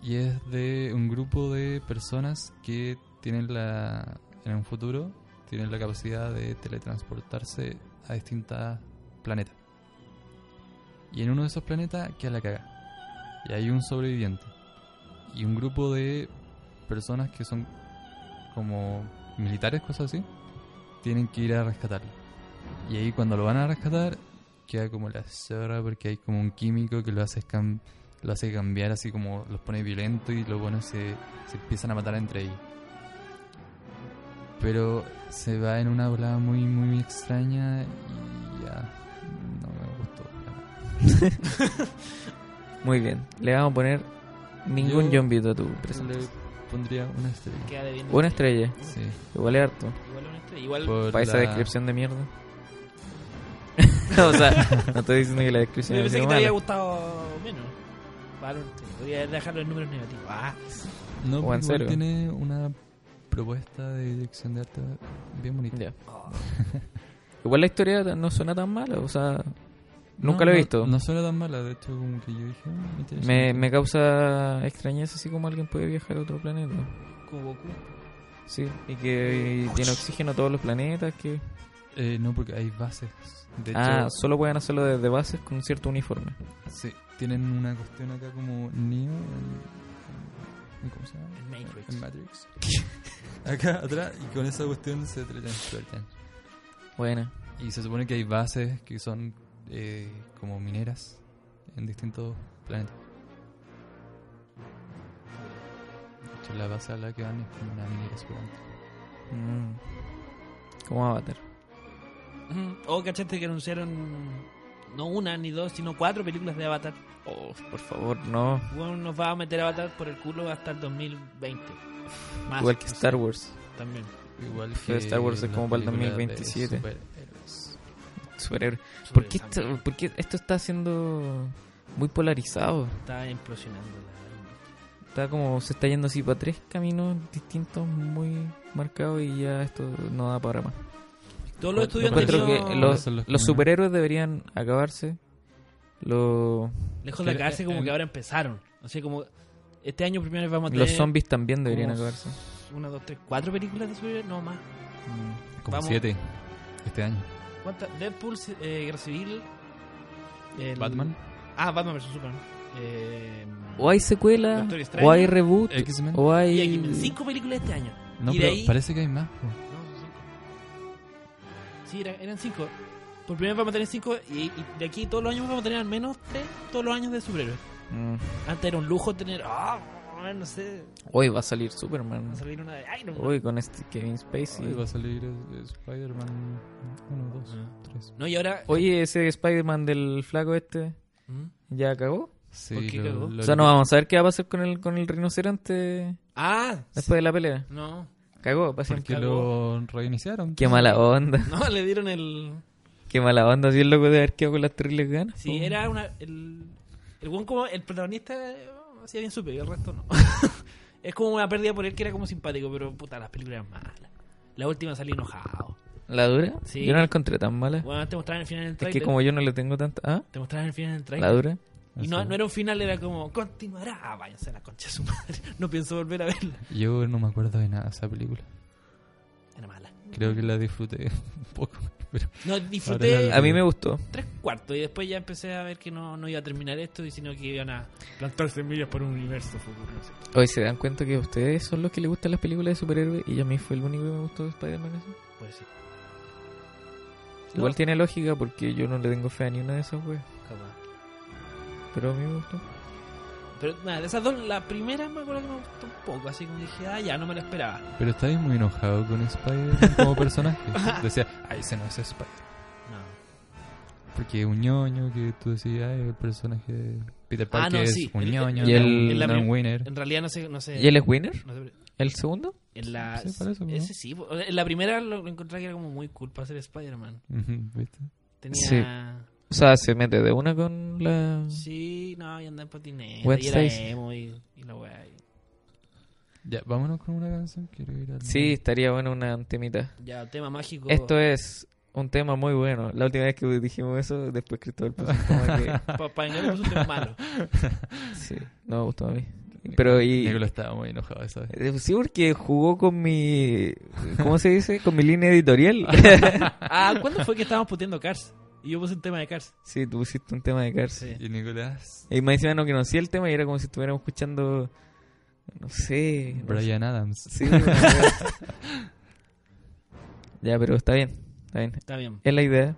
Y es de un grupo de personas que tienen la. En un futuro, tienen la capacidad de teletransportarse a distintas planetas. Y en uno de esos planetas queda la caga. Y hay un sobreviviente. Y un grupo de personas que son como militares, cosas así, tienen que ir a rescatarlo. Y ahí cuando lo van a rescatar, queda como la zorra porque hay como un químico que lo hace, cam- lo hace cambiar así como los pone violento y los buenos se, se empiezan a matar entre ellos. Pero se va en una volada muy, muy extraña y ya no me gustó. para nada. Muy bien. Le vamos a poner ningún Yo- jombito a tu Le presentación. pondría una estrella. Queda debiendo. Una estrella. Sí. Igual es harto. Igual una estrella. Igual por Para esa la- descripción de mierda. o sea, no estoy diciendo que la yo descripción es pensé que te mala. había gustado menos. Vale, voy a dejar los números negativos. Ah, No, o en porque igual serio. tiene una propuesta de dirección de arte bien bonita. Ya. Igual la historia no suena tan mala, o sea, nunca No, lo he no- visto. No, suena tan mala, de hecho, como que yo dije. "Ah, interesante". me, me causa extrañeza así como alguien puede viajar a otro planeta. como Goku. Sí, y que y tiene oxígeno a todos los planetas. que Eh, no, porque hay bases. De Ah, hecho, solo pueden hacerlo desde bases con un cierto uniforme. sí. tienen una cuestión acá como Neo en- en- ¿Cómo se llama? En Matrix. En Matrix. acá atrás y con esa cuestión se teletransportan. Buena. Y se supone que hay bases que son eh, como mineras en distintos planetas. De hecho, la base a la que van es como una minera gigante. Mm. Como Avatar. Ujú. Oh, cachate que anunciaron no una ni dos, sino cuatro películas de Avatar. Oh, por favor, no. Bueno, nos va a meter Avatar por el culo hasta el 2020. Más, Igual que no sé, Star Wars. También. Igual Pero Star Wars es las como para el películas de 2027. superhéroes. Superhéroe. ¿Por qué, Sobre- esto, por qué esto está siendo muy polarizado? Está implosionando la... Está como se está yendo así para tres caminos distintos muy marcados y ya esto no da para más. Todos Yo los estudios han encuentro tenido- que los, Son los los que- superhéroes deberían acabarse. Lo- Lejos de Pero, acabarse eh, como eh, que ahora empezaron. O sea, como este año primero vamos a tener... los zombies también deberían como acabarse. Una, dos, tres, cuatro películas de superhéroes, no más. Como Mm. Vamos. 7 este año. ¿Cuántas? Deadpool, eh, Guerra Civil... el- Batman, Ah, Batman vs Superman. Eh, O hay secuela, Doctor Extraño, o hay reboot, X-Men. o y hay... X-Men. Cinco películas este año. No, y de pero ahí- parece que hay más. po. No, son cinco. Sí, era- eran cinco. Por primera vez vamos a tener cinco y, y de aquí todos los años vamos a tener al menos tres todos los años de superhéroes. Mm. Antes era un lujo tener... Ah, no sé. Hoy va a salir Superman. Va a salir una de Iron Man. Hoy con este Kevin Spacey. Hoy va a salir eh, Spider-Man 1, 2, Ah. 3. No, y ahora... Oye, ese Spider-Man del flaco este ¿Mm? ya cagó. Sí, ¿Por qué cagó? O sea, no vamos a ver qué va a pasar con el, con el rinoceronte Ah, después de la pelea. No, Cagó, para Porque siempre. lo reiniciaron. Qué mala onda. no, le dieron el. Qué mala onda, así el loco de haber quedado con las terribles ganas. Sí, po. era una. El, el buen como. El protagonista eh, hacía bien supe, y el resto no. es como una pérdida por él que era como simpático, pero puta, las películas eran malas. La última salí enojado. ¿La dura? Sí. Yo no la encontré tan mala. Bueno, te mostraban el final del es trailer. que como yo no le tengo tanta... ¿Ah? Te mostraban el final del ¿La trailer. dura? Y no, no era un final, era como. Continuará. Ah, váyanse a la concha de su madre. No pienso volver a verla. Yo no me acuerdo de nada de esa película. Era mala. Creo que la disfruté un poco. Pero No, disfruté Ahora A mí me gustó. tres cuartos y después ya empecé a ver que no, no iba a terminar esto, y sino que iban a plantar semillas por un universo futuro. no sé. Hoy se dan cuenta que a ustedes son los que les gustan las películas de superhéroes y a mí fue el único que me gustó de Spider-Man. ese. Puede ser. Igual tiene lógica porque yo no le tengo fe a ni una de esas weas. Capaz. Pero a mí me gustó. Pero nada, de esas dos, la primera me acuerdo que me gustó un poco, así como dije, ah, ya no me la esperaba. pero estabas muy enojado con Spider-Man como personaje. Decía, ay, ese no es Spider-Man. No. Porque un ñoño que tú decías, ay, el personaje de Peter Parker Ah, no, es sí. un El- ñoño, y no el- un- en la no un prim- winner. En realidad no sé, no sé. ¿Y él es winner? no sé, ¿El segundo? en la, Sí, parece, ¿no? ese sí, o sea, en la primera lo lo encontré que era como muy cool para ser Spider-Man. Ujú, ¿Viste? Tenía. O sea, se mete de una con la... Sí, no, y andaba en patineta. Gwen Y era Stacy. emo y, y la weá. y- Ya, vámonos con una canción. Quiero ir al. Sí, estaría bueno una temita. Ya, tema mágico. Esto es un tema muy bueno. La última vez que dijimos eso, después Cristóbal puso como que... Para pa, engañar es un tema malo. Sí, no me gustó a mí. Pero y... Nicolás estaba muy enojado esa vez. Eh, Sí, porque jugó con mi... ¿Cómo se dice? Con mi línea editorial. Ah, ¿cuándo fue que estábamos puteando Cars? Y yo puse un tema de Cars. sí, tú pusiste un tema de cárcel. Sí. Y Nicolás. Y me decían no conocía el tema y era como si estuviéramos escuchando... No sé... no sé. Brian Adams. Sí, una wea. Ya, pero está bien. Está bien. Está bien. Es la idea.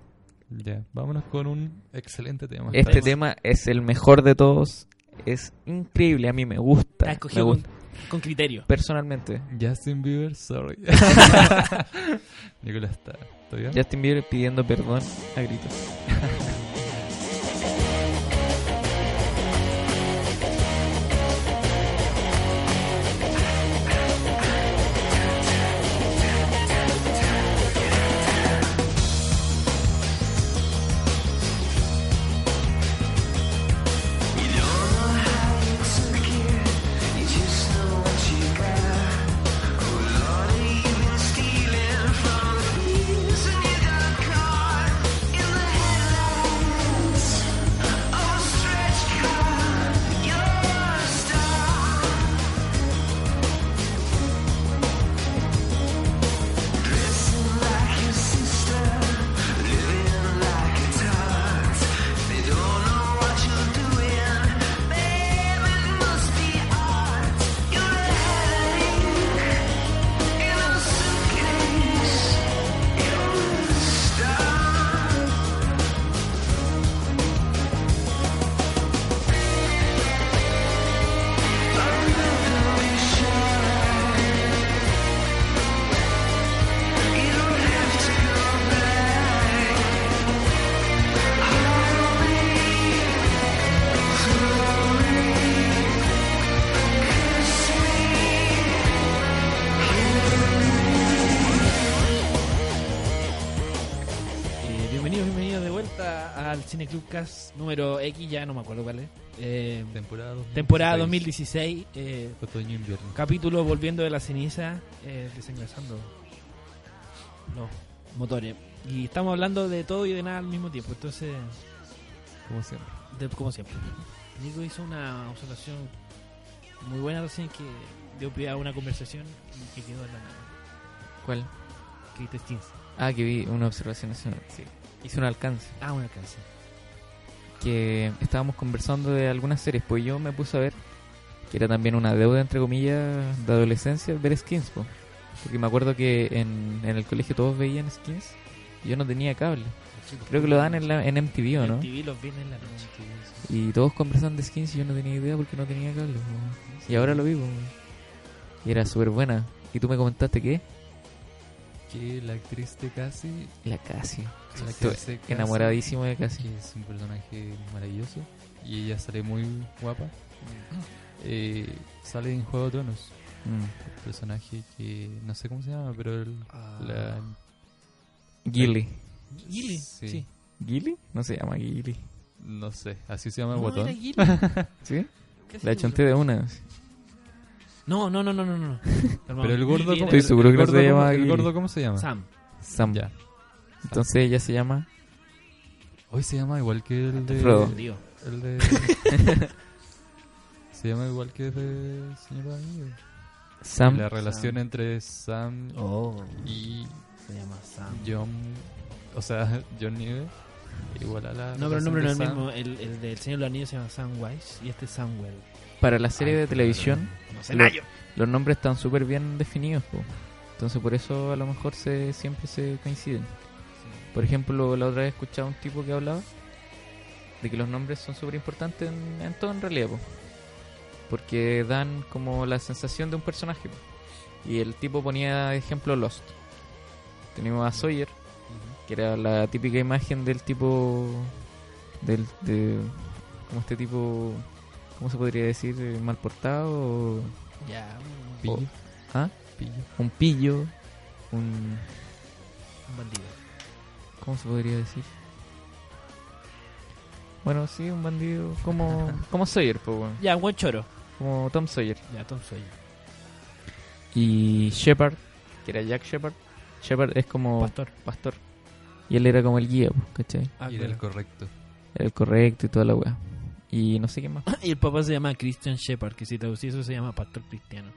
Ya, vámonos con un excelente tema. Este tema es el mejor de todos. Es increíble. A mí me gusta. Está Me escogido con, gusta. Ah, con criterio. Personalmente. Justin Bieber, sorry. Nicolás está. ¿Está bien? Justin Bieber pidiendo perdón a gritos. Stealing from the bees and you got caught in the headlights. Eh, al Cineclub Cast número X, ya no me acuerdo cuál es. Eh, Temporada 2016. temporada 2016, eh, Otoño-invierno. capítulo Volviendo de la ceniza, eh, desengrasando los motores. Y estamos hablando de todo y de nada al mismo tiempo, entonces, Como siempre. de- como siempre. Nico hizo una observación muy buena recién que dio pie a una conversación y que quedó en la nada. ¿Cuál? Que te extinse. Ah, que vi una observación. hace un- Sí. Hice un alcance. Ah, un alcance. que estábamos conversando de algunas series, pues yo me puse a ver que era también una deuda, entre comillas, de adolescencia, ver Skins, po. porque me acuerdo que en, en el colegio todos veían Skins y yo no tenía cable. Creo que lo dan en, la, en MTV, ¿o no? TV los viernes en la noche. Y todos conversaban de Skins y yo no tenía idea porque no tenía cable. po. Y ahora lo vi, po. y era súper buena. Y tú me comentaste que Que la actriz de Cassie, la Casi. la que Estuve hace Cassie, enamoradísimo de Casi. que es un personaje maravilloso y ella sale muy guapa, Mm. eh, sale en Juego de Tronos. Mm. El personaje que no sé cómo se llama, pero el, la, Gilly. Ah, Gilly, Sí. sí. ¿Gilly? No se llama Gilly. no sé, así se llama el No, botón. era Gilly. ¿Sí? Casi La seguro. chonté de una. No, no, no, no, no, no. Perdón. Pero el gordo, Gilly ¿cómo, era- Estoy seguro el que no gordo se llama cómo- el Gilly. gordo cómo se llama? Sam. Sam. Ya. Entonces ella se llama. Hoy se llama igual que el de. Frodo. Digo. El de. se llama igual que el de Señor Anillo. Sam. La relación entre Sam Oh, y se llama Sam. John. O sea, John Nieve. Igual a la. No, pero el relación nombre no de es el Sam. mismo. El, el del Señor de los Anillos se llama Samwise y este es Samwell. Para la serie Ay, de claro. televisión, No sé, Lo- Nayo. los nombres están súper bien definidos. po. Entonces, por eso a lo mejor se, siempre se coinciden. Por ejemplo, la otra vez escuchaba un tipo que hablaba de que los nombres son súper importantes en, en todo en realidad. po. Porque dan como la sensación de un personaje. po. Y el tipo ponía de ejemplo Lost. Teníamos a Sawyer, que era la típica imagen del tipo del de como este tipo cómo se podría decir Eh, mal portado o- Ya, un, Pillo, Oh. ¿ah? pillo. un pillo un un bandido. cómo se podría decir bueno sí un bandido como como Sawyer po, weón. Ya, un buen choro. como Tom Sawyer Ya, Tom Sawyer. y Shepard que era Jack Shepard Shepard es como pastor, Pastor. y él era como el guía po, ¿cachai? Ah, claro. y era el correcto. era el correcto y toda la wea y no sé qué más Y el papá se llama Christian Shepard, que si traducí eso se llama Pastor Cristiano.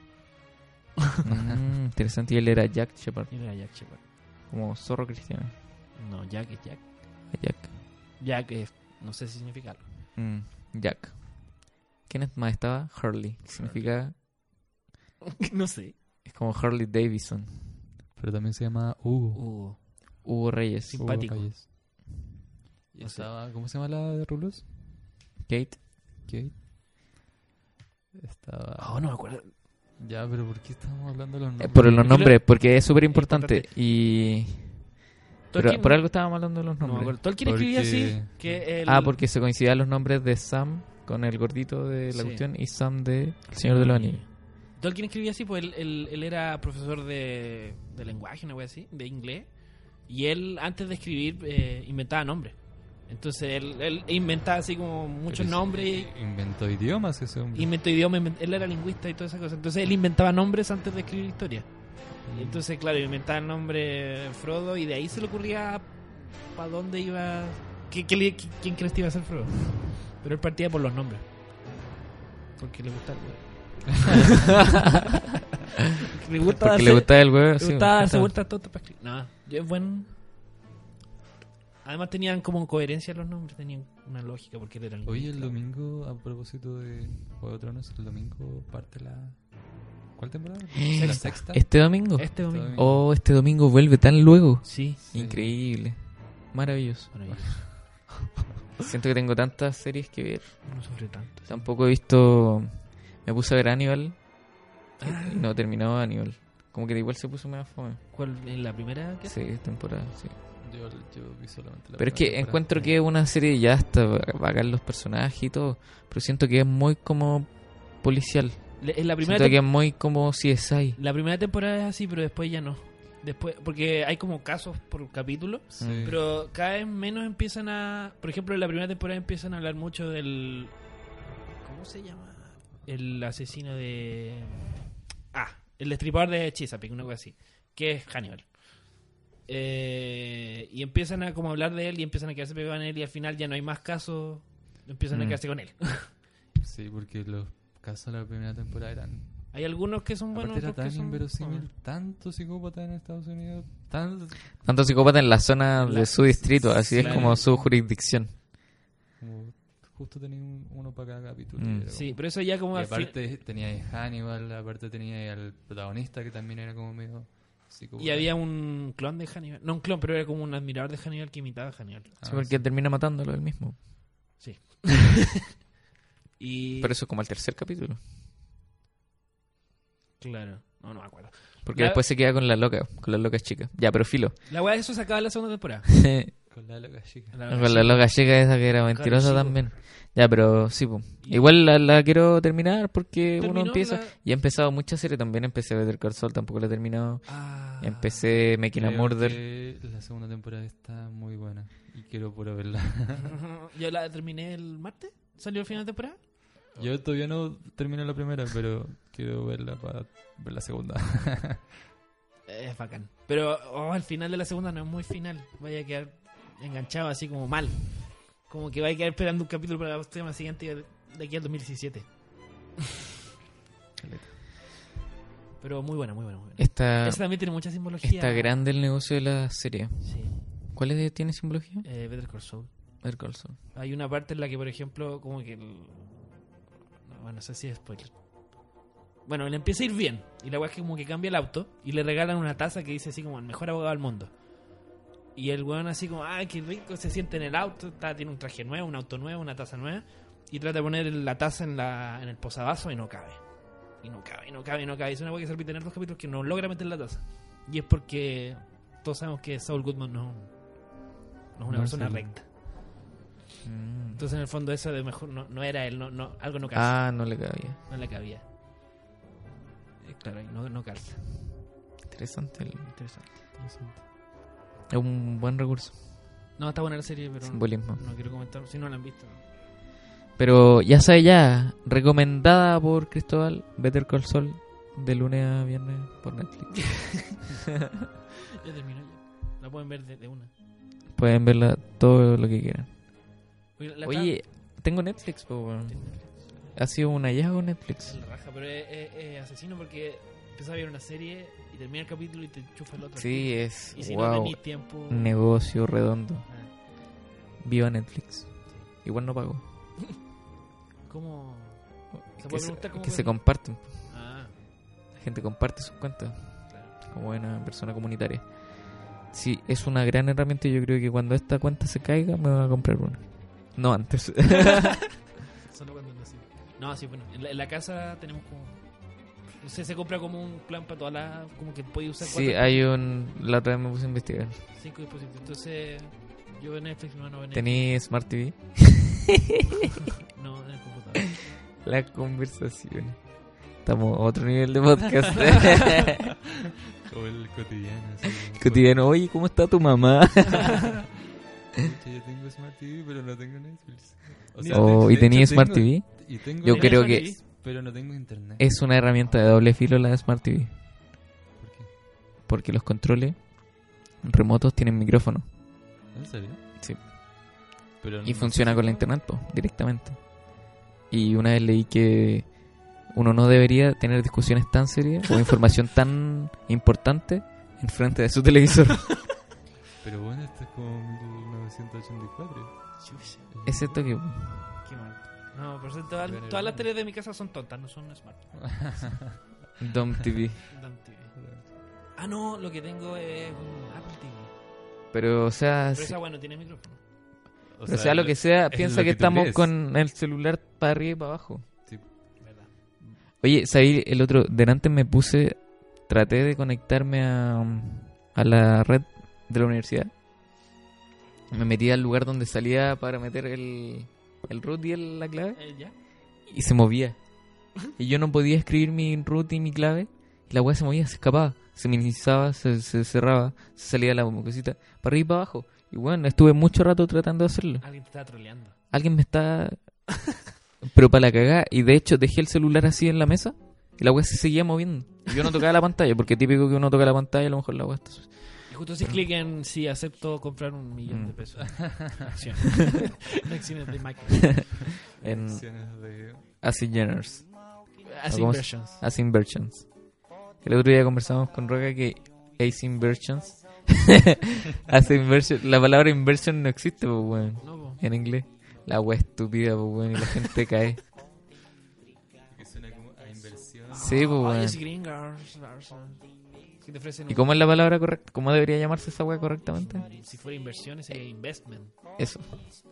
Mm, interesante y él era Jack Shepard Y era Jack Shepard. como zorro cristiano No, Jack es Jack. Jack Jack es, no sé si significa algo. Mm, Jack. ¿Quién es más estaba? Hurley. que significa. no sé. Es como Hurley Davidson. Pero también se llama Hugo. Hugo. Hugo Reyes. Sí. simpático. Ah, Hugo Calles. Y No sé. estaba- ¿Cómo se llama la de Rulos? Kate. Kate. Estaba. Ah, no me acuerdo. Ya, pero ¿por qué estamos hablando de los Eh, nombres? por los Creo- nombres, porque es súper importante. Importante. Y. Pero Tolkien- por algo estábamos hablando de los No me nombres. acuerdo. Tolkien escribía así Porque- que el... ah, porque se coincidían los nombres de Sam con el gordito de la Sí. cuestión y Sam de El Señor de los Anillos. Tolkien escribía así, pues él, él- él era profesor de, de lenguaje, una wea así, de inglés. Y él, antes de escribir, eh, inventaba nombres. Entonces él, él inventaba así como muchos Pero nombres. sí, Inventó idiomas ese hombre. Inventó idiomas, invent- él era lingüista y todas esas cosas. Entonces él inventaba nombres antes de escribir historia. Y entonces, claro, inventaba el nombre Frodo y de ahí se le ocurría para dónde iba. ¿Qué, qué le- qué- quién crees que iba a ser Frodo? Pero él partía por los nombres. Porque le gustaba. le gusta Porque darse, le gustaba el huevo. le sí, gustaba darse justamente. vueltas tontas para escribir. No, yo es buen. Además tenían como coherencia los nombres, tenían una lógica porque él era Hoy el lingüista. domingo, a propósito de Juego de Tronos, el domingo parte la. ¿Cuál temporada? Sexta. La sexta. Este domingo. Este domingo. domingo. Oh, este domingo vuelve tan luego. Sí. Sí. Increíble. Maravilloso. Maravilloso. Siento que tengo tantas series que ver. No sufre tanto. Tampoco he visto. Me puse a ver Aníbal. Y no terminaba Aníbal. Como que igual se puso medio fome. ¿Cuál es la primera que Sí, temporada, sí. Yo, yo vi solamente la Pero es que primera encuentro que temporada. es una serie ya hasta bacán los personajes y todo. Pero siento que es muy como policial. Le- en la primera Siento que es muy como CSI. La primera temporada es así, pero después ya no. Después, porque hay como casos por capítulo, Sí. pero cada vez menos empiezan a. Por ejemplo, en la primera temporada empiezan a hablar mucho del. ¿Cómo se llama? El asesino de. Ah, el destripador de Chesapeake, una cosa así. Que es Hannibal. Eh, y empiezan a como hablar de él y empiezan a quedarse pegados en él y al final ya no hay más casos. Empiezan a Mm. quedarse con él. Sí, porque los casos de la primera temporada eran. hay algunos que son Aparte buenos. era porque tan son- inverosímil, tanto psicópata en Estados Unidos, tan. Tanto psicópata en la zona La- de su distrito, así es claro. como su jurisdicción. Como, justo tenía un- uno para cada capítulo. Mm. y era Sí, como- pero eso ya como y al fin- aparte tenía ahí Hannibal, aparte tenía ahí al protagonista que también era como medio psicópata. Y había un clon de Hannibal. No un clon, pero era como un admirador de Hannibal que imitaba a Hannibal. Ah, Sí, porque termina matándolo él mismo. Sí. y. Pero eso es como el tercer capítulo. Claro. No, no me acuerdo. Porque La- después se queda con la loca, con la loca chica. Ya, pero filo. La weá de eso se acaba la segunda temporada. Con la loca chica. La Con verdad, la sí. loca chica esa que era mentirosa chico. también. Ya, pero sí, po. Y- Igual la, la quiero terminar porque uno Terminó empieza... la- Y he empezado muchas series también. Empecé Better Call Saul, tampoco la he terminado. Ah. Empecé Making a Creo Murder. que La segunda temporada está muy buena y quiero puro verla. Yo la terminé el martes. ¿Salió el final de temporada? Yo todavía no termino la primera, pero quiero verla para ver la segunda. Eh, Es bacán. Pero oh, al final de la segunda no es muy final. Vaya a quedar enganchado así como mal. Como que vaya a quedar esperando un capítulo para la semana siguiente de aquí al 2017. Caleta. Pero muy buena, muy buena, muy buena. Esta, Esa también tiene mucha simbología. está grande el negocio de la serie. Sí. ¿Cuál es de- tiene simbología? Eh, Better Call Saul. Better Call Saul. Hay una parte en la que, por ejemplo, como que el... no, Bueno, no sé si es spoiler. Bueno, le empieza a ir bien. Y la weá es que como que cambia el auto y le regalan una taza que dice así como el mejor abogado del mundo. Y el weón así como, ah, qué rico, se siente en el auto, está, tiene un traje nuevo, un auto nuevo, una taza nueva. Y trata de poner la taza en, la, en el posavasos y no cabe. Y no cabe, y no cabe, y no cabe. Es una weá que se tener dos capítulos que no logra meter la taza. Y es porque todos sabemos que Saul Goodman no, no es una No persona es el- recta. Mm. Entonces en el fondo eso de mejor no, no era él, no, no, algo no calza, Ah, no le cabía. no le cabía. Eh, Claro, y no, no calza. Interesante. el- Interesante. Es un buen recurso. No, está buena la serie, pero no, Simbolismo. no quiero comentar, si no la han visto. no. Pero ya sabe ya, recomendada por Cristóbal, Better Call Saul, de lunes a viernes por Netflix. Ya terminó ya. La pueden ver de, de una. Pueden verla todo lo que quieran. Oye, la Oye, tengo Netflix, po, weón. ha sido un hallazgo Netflix. Es la raja, pero es, es- es asesino porque empiezas a ver una serie y termina el capítulo y te enchufa el otro. Sí, eh, es Y si no wow, tenés tiempo... negocio redondo. Ah, Viva Netflix. Igual no pago. ¿Cómo...? Se Que puede se, preguntar cómo... que se fue- comparten. Ah, La gente comparte sus cuentas. claro. como buena persona comunitaria. Sí, es una gran herramienta y yo creo que cuando esta cuenta se caiga me van a comprar una. No antes. Solo cuando lo hacen. No, sí, bueno. En la, en la casa tenemos como. No sé, se compra como un plan para todas las. Como que puede usar sí, ah. cuatro, hay un... La otra vez me puse a investigar. cinco dispositivos. Entonces, yo en Netflix no, no en Netflix. Tení Smart TV. No, en el computador. La conversación. Estamos a otro nivel de podcast. Como el cotidiano. así como- Cotidiano, oye, ¿cómo está tu mamá? Pucha, yo tengo Smart TV, pero no tengo Netflix. O sea, Oh, de- ¿Y de tení hecho, Smart tengo- TV? Y tengo Yo Netflix, creo Smart que TV. Pero no tengo internet. es una herramienta de doble filo la de Smart TV. ¿Por qué? Porque los controles remotos tienen micrófono. ¿En serio? Sí. Pero Y no- funciona con la internet, po, directamente. Y una vez leí que uno no debería tener discusiones tan serias o información tan importante en frente de su televisor. Pero bueno, esto es como 1984. Chucha, Excepto que Qué mal. No, por eso todas, Pero todas las bueno. teles de mi casa son tontas, no son smart. Dom TV. Dan TV. Ah, no, lo que tengo es un Apple TV. Ah, Pero o sea, Pero si- esa bueno, tiene micrófono. pero sea lo que sea, es piensa lo que, que tú estamos lees. con el celular para arriba y para abajo. ¿Verdad? Oye, sabí el otro, delante me puse, traté de conectarme a, a la red de la universidad. Me metí al lugar donde salía para meter el, el root y el- la clave Eh, ¿Ya? y se movía. Y yo no podía escribir mi root y mi clave y la weá se movía, se escapaba. se minimizaba, se, se cerraba, se salía la cosita para arriba y para abajo. Y bueno, estuve mucho rato tratando de hacerlo. Alguien te está troleando. Alguien me está... Pero para la cagada. Y de hecho dejé el celular así en la mesa y la web se seguía moviendo. Y yo no tocaba la pantalla, porque típico que uno toca la pantalla a lo mejor la web está... sucia. Y justo si clic en si acepto comprar un Ah. millón Mm. de pesos. Acciones. Acciones de Michael. En Acciones de- As in Generous, As ¿Cómo se- inversions. As Inversions. El otro día conversamos con Roca que As Inversions... As Inversion... La palabra inversion no existe, pues bueno. No, po. en inglés. La wea estúpida, pues weón, y la gente cae. Que suena como a inversión. Sí, pues Ay, weón. es Gringars, Larson. Que te ofrecen ¿Y un- cómo es la palabra correcta? ¿Cómo debería llamarse esa wea correctamente? Si fuera inversiones, sería investment. Eso.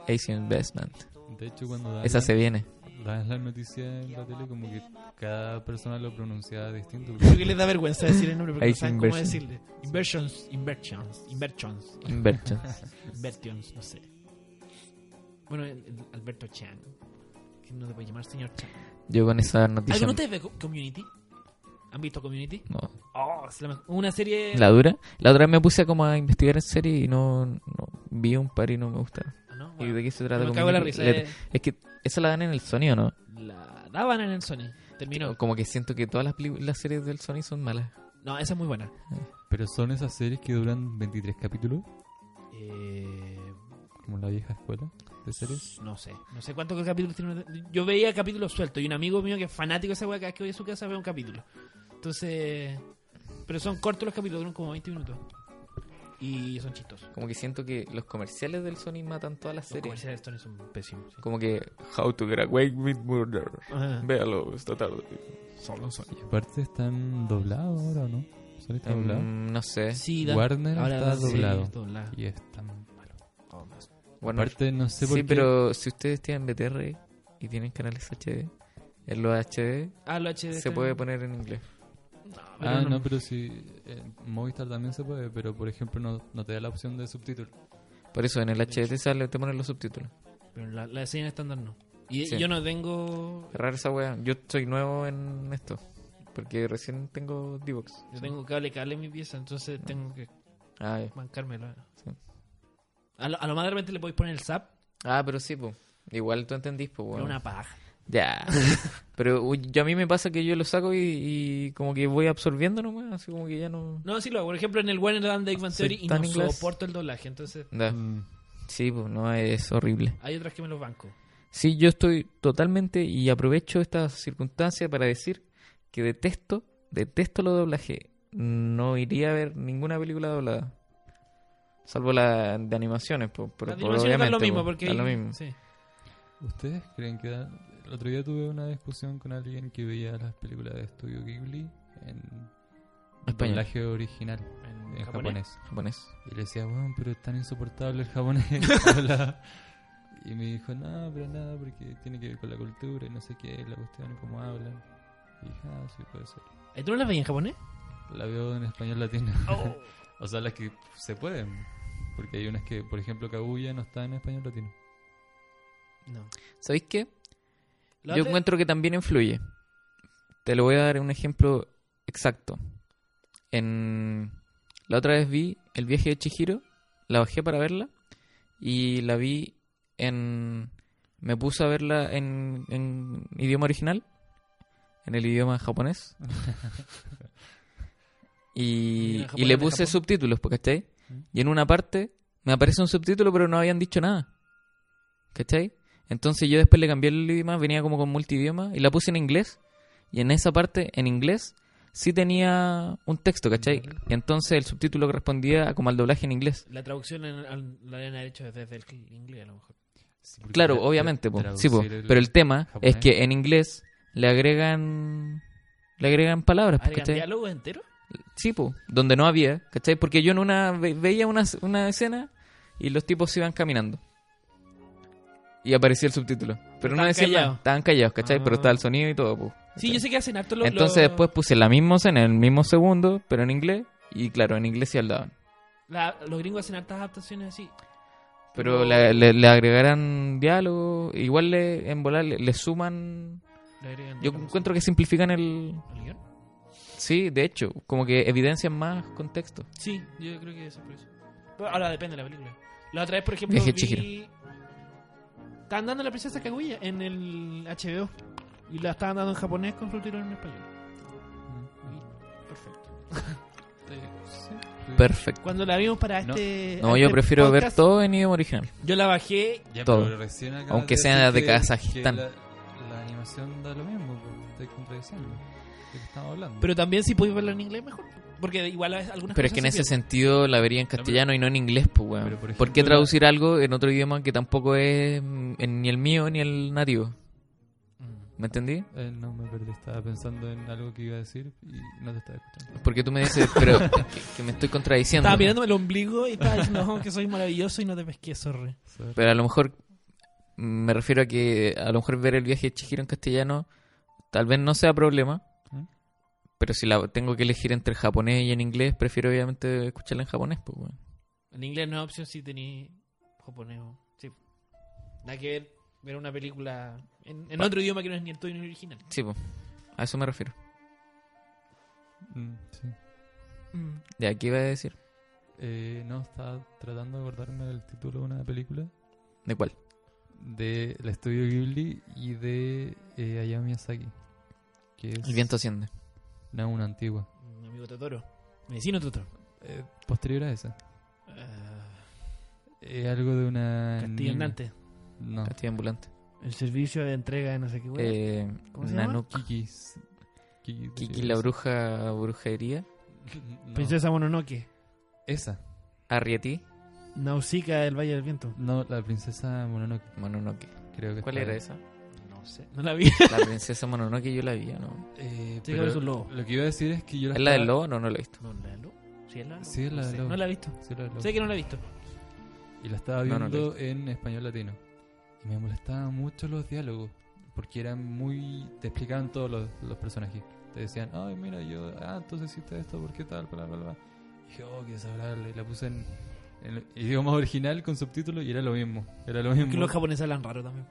Asian Investment. De hecho, cuando dan, Esa se viene. dan las noticias en la tele, como que cada persona lo pronunciaba distinto. Creo que les da vergüenza decir el nombre porque no Ace saben cómo Inversion. decirle. Inversions, inversions, inversions, Inversions. inversions, no sé. Bueno, el- el Alberto Chan. Que no se puede llamar señor Chan. Yo con esa noticia. ¿Alguno de ustedes ve Co- Community? ¿Han visto Community? No. Oh, es la mejor- una serie... ¿La dura? La otra vez me puse como a investigar en serie y no, no- vi un par y no me gustaron. Ah, no, ¿Y bueno. de qué se trata? Me cago en la Community? risa. Le- eh. Es que esa la dan en el Sony, ¿o no? La daban en el Sony. Terminó. Como que siento que todas las, peli- las series del Sony son malas. No, esa es muy buena. Pero son esas series que duran 23 capítulos, Eh, como la vieja escuela de series. No sé. No sé cuántos capítulos tiene. una- Yo veía capítulos sueltos y un amigo mío que es fanático de esa weá, cada vez que voy a su casa ve un capítulo. Entonces. Pero son cortos los capítulos, duran como 20 minutos. Y son chistosos. Como que siento que los comerciales del Sony matan todas las Los series. comerciales de Sony son pésimos. sí. Como que How to Get Away with Murder. Ajá. Véalo esta tarde. Ah. Solo Sony. Y aparte están doblados ahora, ¿o ¿no? Solo está doblado. Mm, no sé. Sí, da- Warner ahora está dan series doblado. dobladas. Y es tan malo. Bueno, Aparte, no sé por sí, qué. pero si ustedes tienen BTR y tienen canales HD, en los HD Ah, lo HD. se puede poner en inglés. No, pero Ah, no. no, pero sí. En Movistar también se puede, pero por ejemplo, no, no te da la opción de subtítulos. Por eso en el HD sale, te ponen los subtítulos. Pero la, la serie en estándar no. Y Sí. yo no tengo. Es rara esa wea. Yo soy nuevo en esto. Porque recién tengo Divox. Yo tengo cable cable en mi pieza, entonces tengo que Ah, ya. bancármelo. Sí. A lo, a lo más de repente le podéis poner el zap, Ah, pero sí, pues. Igual tú entendís, pues, pero una paja. Ya. Pero uy, yo- a mí me pasa que yo lo saco y, y como que voy absorbiendo nomás, así como que ya no... No, sí lo hago. Por ejemplo, en el Warner Dan Big Bang Soy Theory y no tan inglés. soporto el doblaje. Entonces, Da. Mm. Sí, pues no, es horrible. hay otras que me los banco. Sí, yo estoy totalmente y aprovecho esta circunstancia para decir que detesto, detesto los doblajes. No iría a ver ninguna película doblada. Salvo la de animaciones, por, por, La por- animación da obviamente, lo mismo, po, porque. da lo mismo. Sí. ¿Ustedes creen que da- El otro día tuve una discusión con alguien que veía las películas de Estudio Ghibli en Español. doblaje original, En, en japonés. japonés. Japonés. Y le decía, bueno, pero es tan insoportable el japonés. que habla". y me dijo, no, pero nada, porque tiene que ver con la cultura y no sé qué, la cuestión, cómo hablan. Y dije, ah, sí, puede ser. ¿Eh, ¿Tú no las veías en japonés? La veo en español latino. Oh. o sea, las que se pueden. Porque hay unas que, por ejemplo, Kaguya no está en español latino. No. ¿Sabéis qué? La Yo otra- encuentro que también influye. Te lo voy a dar un ejemplo exacto. En la otra vez vi El viaje de Chihiro, la bajé para verla y la vi en me puse a verla en, en idioma original, en el idioma japonés. y, Mira, y le japonés de puse Japón. ¿Mm? subtítulos, pues, ¿cachai? Y en una parte me aparece un subtítulo, pero no habían dicho nada. ¿Cachai? Entonces yo después le cambié el idioma, venía como con multidioma y la puse en inglés. Y en esa parte, en inglés, sí tenía un texto, ¿cachai? Y entonces el subtítulo correspondía a como al doblaje en inglés. La traducción en, al- la habían hecho desde el inglés, a lo mejor. Sí, porque Claro, tra- obviamente, tra- po. Sí, po. traducir pero el tema japonés. es que en inglés le agregan le agregan palabras, po, ¿Agregan ¿cachai? diálogos enteros? Sí, po, donde no había, ¿cachai? Porque yo en una ve- veía una, una escena y los tipos se iban caminando. Y aparecía el subtítulo. Pero no Estaban decían nada, callados. estaban callados, ¿cachai? Ah. Pero estaba el sonido y todo, po. Sí, yo sé que hacen harto los. Entonces los- después puse la misma escena en el mismo segundo, pero en inglés. Y claro, en inglés sí hablaban. la- los gringos hacen hartas adaptaciones así. Pero le, le- le agregarán diálogo, igual le, en volar le, le suman... Le agregan Yo diálogos. encuentro que simplifican el... ¿El guión? Sí, de hecho, como que evidencian más contexto. Sí, yo creo que eso es por eso. Pero ahora depende de la película. La otra vez, por ejemplo, Viaje de vi... Estaban dando la princesa Kaguya en el HBO. Y la estaban dando en japonés con subtítulos en español. Mm. Y- Perfecto. Perfecto. Cuando la vimos para No. este. No, a yo este prefiero ver podcast, todo en idioma original. Yo la bajé. Ya, Todo. pero recién acabas Aunque de sea decir de que- Kazajistán. que La, la animación da lo mismo, pues, te estoy contradiciendo. ¿De qué estamos hablando? Pero también si podéis verlo en inglés, mejor. Porque igual a veces algunas Pero es cosas que en se ese pierden. sentido la vería en castellano y no en inglés, pues, weón. Pero, por por, ejemplo, qué la- traducir algo en otro idioma que tampoco es mm, en- ni el mío ni el nativo? ¿Me entendí? Eh, no me perdí, estaba pensando en algo que iba a decir y no te estaba escuchando. Porque tú me dices, pero que, que me estoy contradiciendo. Estaba mirándome el ombligo y estaba diciendo "No, que soy maravilloso y no te pesqué, sorry. Sorry. Pero a lo mejor mm, me refiero a que a lo mejor ver el viaje de Chihiro en castellano tal vez no sea problema. ¿Mm? Pero si la tengo que elegir entre el japonés y en inglés, prefiero obviamente escucharla en japonés, pues, weón. En inglés no es opción si tenéis japonés. o- Sí. Nada que ver ver una película en, en otro idioma que no es ni el tuyo ni el original. Sí, pues. A eso me refiero. Mm, sí. Ya, aquí iba a decir? Eh, no, estaba tratando de acordarme del título de una película ¿De cuál? del estudio Ghibli y de eh, Hayao Miyazaki. Que es El viento asciende. No, una antigua. Mi Mm, amigo Totoro. Mi vecino Totoro. Eh, posterior a esa. Ah, Eh, algo de una. Castillo niña. Andante. No. Castillo ambulante. El servicio de entrega de no sé qué wea. Eh, ¿Cómo se Nanook, Kikis. Kiki, Kiki la bruja brujería. No, Princesa Mononoke. Esa. Arrietí. Nausicaa del Valle del Viento. No, la princesa Mononoke. Mononoke. Creo que ¿Cuál está era ahí. esa? No sé. No la vi. La princesa Mononoke yo la vi, ¿o ¿no? Eh, que pero es un lobo. Lo que iba a decir es que yo la. ¿Es la del estaba- lobo? No, no la he visto. No, la lo. Sí, es la lo. Sí, es la no del sé, lobo. No la he visto. Sí, la del lobo. Sé que no la he visto. Y la estaba No, viendo no la he en español latino. Y me molestaban mucho los diálogos. Porque eran muy. Te explicaban todos los, los personajes. Te decían, ay, mira, yo. Ah, entonces hiciste esto, ¿por qué tal? Bla, bla, bla. Y dije, oh, qué desagradable. Y la puse en, en el idioma original con subtítulos y era lo mismo. Era lo Que mismo. los japoneses hablan raro también.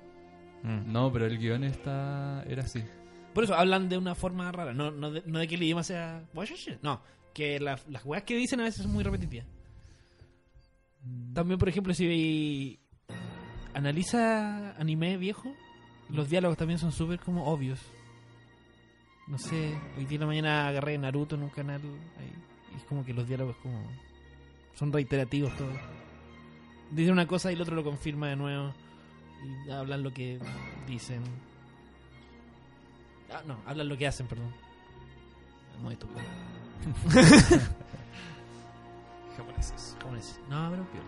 Mm. No, pero el guión está. Era así. Por eso hablan de una forma rara. No, no, de, no de que el idioma sea. No, que la- las weas que dicen a veces son muy repetitivas. También, por ejemplo, si veis- analiza anime viejo, los diálogos también son súper como obvios. No sé, hoy día en la mañana agarré Naruto en un canal ahí, y es como que los diálogos como son reiterativos todos. Dicen una cosa y el otro lo confirma de nuevo y hablan lo que dicen. Ah, no, hablan lo que hacen, perdón. Ah, Muy estúpido. Japoneses. ¿Cómo es? No, pero piola.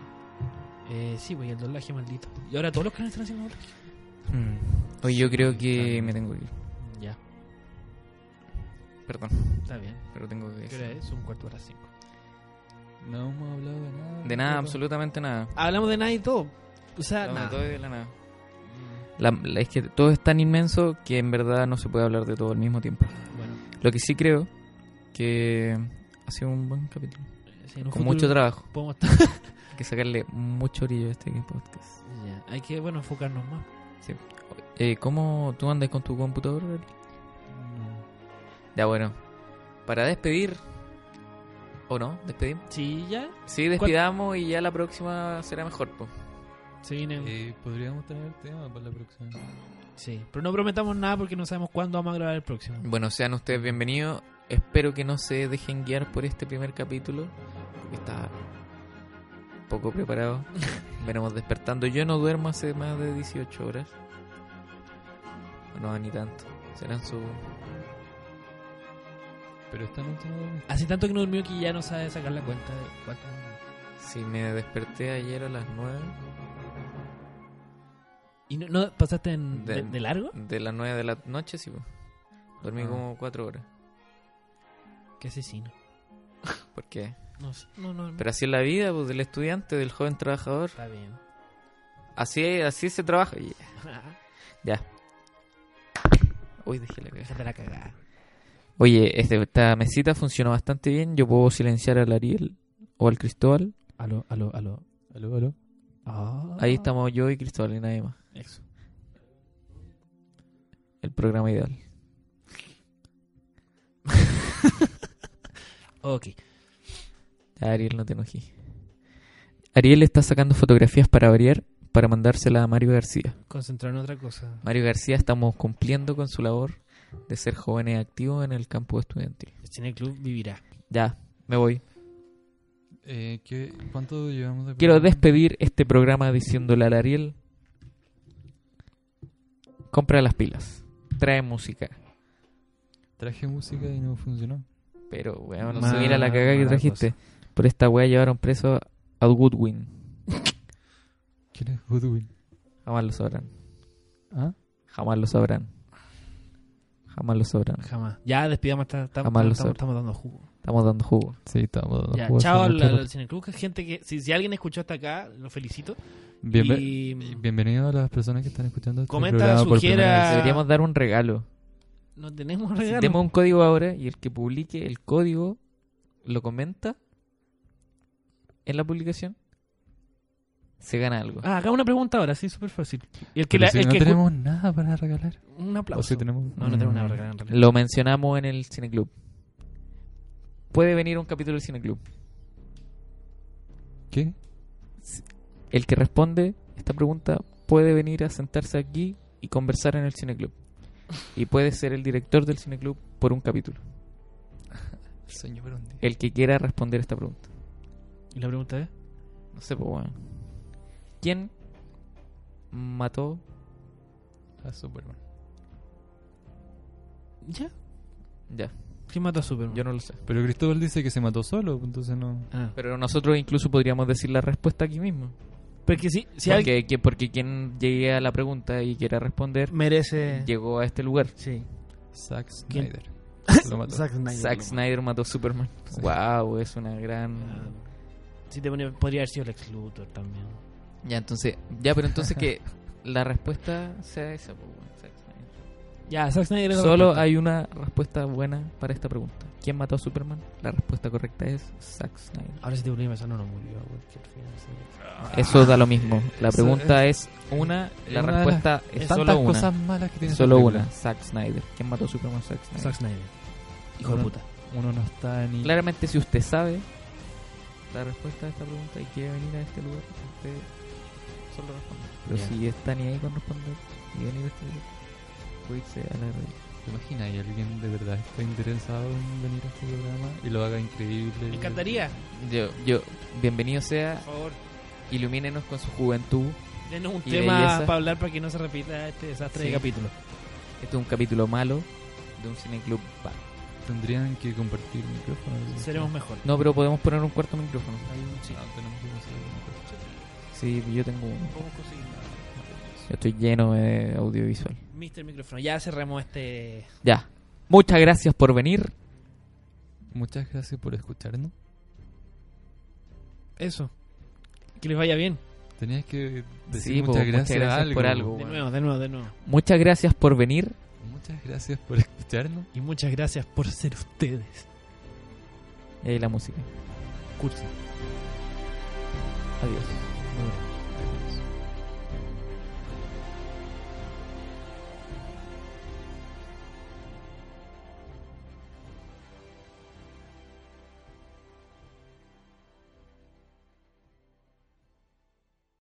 Eh, sí, güey, el doblaje maldito. Y ahora todos los canales están haciendo doblaje. Mm. Oye, yo creo que me tengo que ir. Ya, Perdón, está bien. pero tengo que ¿Qué hora ir. es? Un cuarto para las cinco. No hemos hablado de nada. De nada, absolutamente nada. Hablamos de nada y todo. O sea, No, nada. todo es de la nada. La- la- es que todo es tan inmenso que en verdad no se puede hablar de todo al mismo tiempo. Bueno, Lo que sí creo que ha sido un buen capítulo. eh, si en un Con futuro mucho trabajo. podemos estar- Hay que sacarle mucho brillo a este podcast. Ya, Hay que, bueno, enfocarnos más. Eh, ¿Cómo tú andas con tu computadora? Gabriel? No. Ya bueno. Para despedir. ¿O no? ¿Despedir? Sí, ya. Sí, despidamos y ya la próxima será mejor. po. Se Em. vienen. Eh, podríamos tener tema para la próxima. Sí. Pero no prometamos nada porque no sabemos cuándo vamos a grabar el próximo. Bueno, sean ustedes bienvenidos. Espero que no se dejen guiar por este primer capítulo. Porque está poco preparado. Venimos despertando. Yo no duermo hace más de 18 horas. No, ni tanto. Serán su... Pero esta noche no dormiste. Hace tanto que no durmió que ya no sabe sacar la cuenta de cuánto. Si me desperté ayer a las 9. ¿Y no, no pasaste en- De- de, de largo? De las 9 de la noche, sí. po. Dormí Ah. como 4 horas. Qué asesino. ¿Por qué? No sé. No, no, no. Pero así es la vida pues, del estudiante, del joven trabajador. Está bien. Así, así se trabaja. Ya. Ya. Uy, dejé la cagada. Déjate la cagada. Oye, este- esta mesita funciona bastante bien. Yo puedo silenciar al Ariel o al Cristóbal. Aló, aló, aló. Aló, aló. Ah. Ahí estamos yo y Cristóbal y nadie más. Eso. El programa ideal. Ok. Ya, Ariel, no te enojí. Ariel está sacando fotografías para variar para mandárselas a Mario García. Concentrar en otra cosa. Mario García estamos cumpliendo con su labor de ser jóvenes activos en el campo estudiantil. Cine Club vivirá. Ya, me voy. Eh, ¿qué- ¿Cuánto llevamos de Quiero programa? despedir este programa diciéndole al Ariel, compra las pilas, trae música. Traje música y no funcionó. Pero, weón, No sé. mira la cagada que Mala trajiste. Por esta weá llevaron preso a Goodwin. ¿Quién es Goodwin? Jamás lo sabrán. ¿Ah? Jamás lo sabrán. Jamás lo sabrán. Jamás. Ya despidamos. esta- esta- Jamás lo Estamos, sabré. estamos dando jugo. Estamos dando jugo. Sí, estamos. Ya, chao al, al Cine Club. que Gente que, si, si alguien escuchó hasta acá, lo felicito. Bienve- y y mm, Bienvenido a las personas que están escuchando este Comenta, programa por sugiera- primera vez. Deberíamos dar un regalo. no tenemos Si Ah. regalo. demos un código ahora y el que publique el código lo comenta en la publicación, se gana algo. Ah, haga una pregunta ahora, sí, súper fácil. Y el que, Pero la, si el no que escu- tenemos nada para regalar. Un aplauso. O si tenemos... No, no tenemos nada Mm. para regalar en realidad. Lo mencionamos en el Cineclub. Puede venir un capítulo del Cineclub. ¿Qué? El que responde esta pregunta puede venir a sentarse aquí y conversar en el Cineclub. Y puede ser el director del Cineclub por un capítulo. El sueño para un día. El que quiera responder esta pregunta. Y la pregunta es: No sé, pues bueno. ¿Quién mató Ah, Superman. ¿Ya? ya? ¿Quién mató a Superman? Yo no lo sé. Pero Cristóbal dice que se mató solo, entonces no... Ah. Pero nosotros incluso podríamos decir la respuesta aquí mismo. Pero es que si, si alguien porque, que- porque quien llegue a la pregunta y quiera responder, Mm. merece. llegó a este lugar. Sí. Zack ¿Quién? Snyder. Lo mató. Zack Snyder. Zack Snyder mató a Superman. Sí. Wow, es una gran. Ah. Sí, te ponía- podría haber sido Lex Luthor también. Ya, entonces, ya, pero entonces que la respuesta sea esa. pues, bueno, Zack Snyder. Ya, Zack Snyder es la Solo respuesta. hay una respuesta buena para esta pregunta. ¿Quién mató a Superman? La respuesta correcta es Zack Snyder. Ahora si te ponía a pensar, no, no murió. güey, que al final sí. Eso da lo mismo. La Eso pregunta es una, la una de respuesta Es es tantas solo una. cosas malas que tiene Solo esta película. una, Zack Snyder. ¿Quién mató a Superman? Zack Snyder. Zack Snyder. Hijo de Uno- puta. Uno no está ni... Claramente, si usted sabe la respuesta a esta pregunta y quiere venir a este lugar, usted solo responde. Pero Ya. si está ni ahí con responder y venir a este lugar, puede irse a la radio. ¿Te imaginas? ¿Y alguien de verdad está interesado en venir a este programa y lo haga increíble? Me encantaría. Yo, yo, bienvenido sea, Por favor, ilumínenos con su juventud. denos un Y tema belleza. para hablar para que no se repita este desastre Sí. de capítulo. Este es un capítulo malo de un cineclub malo. Tendrían que compartir micrófonos. Seremos mejor. No, pero podemos poner un cuarto micrófono. Hay un- sí. No, tenemos que conseguir micrófonos. Sí, yo tengo uno. Podemos conseguir nada. Yo estoy lleno de audiovisual. Mister Micrófono, ya cerramos este. Ya. Muchas gracias por venir. Muchas gracias por escucharnos. Eso. Que les vaya bien. Tenías que decir Sí, po, muchas, gracias a algo. por algo. De weón. nuevo, de nuevo, de nuevo. Muchas gracias por venir. Muchas gracias por escucharnos. Y muchas gracias por ser ustedes. Y ahí la música. Curso. Adiós. Muy bueno.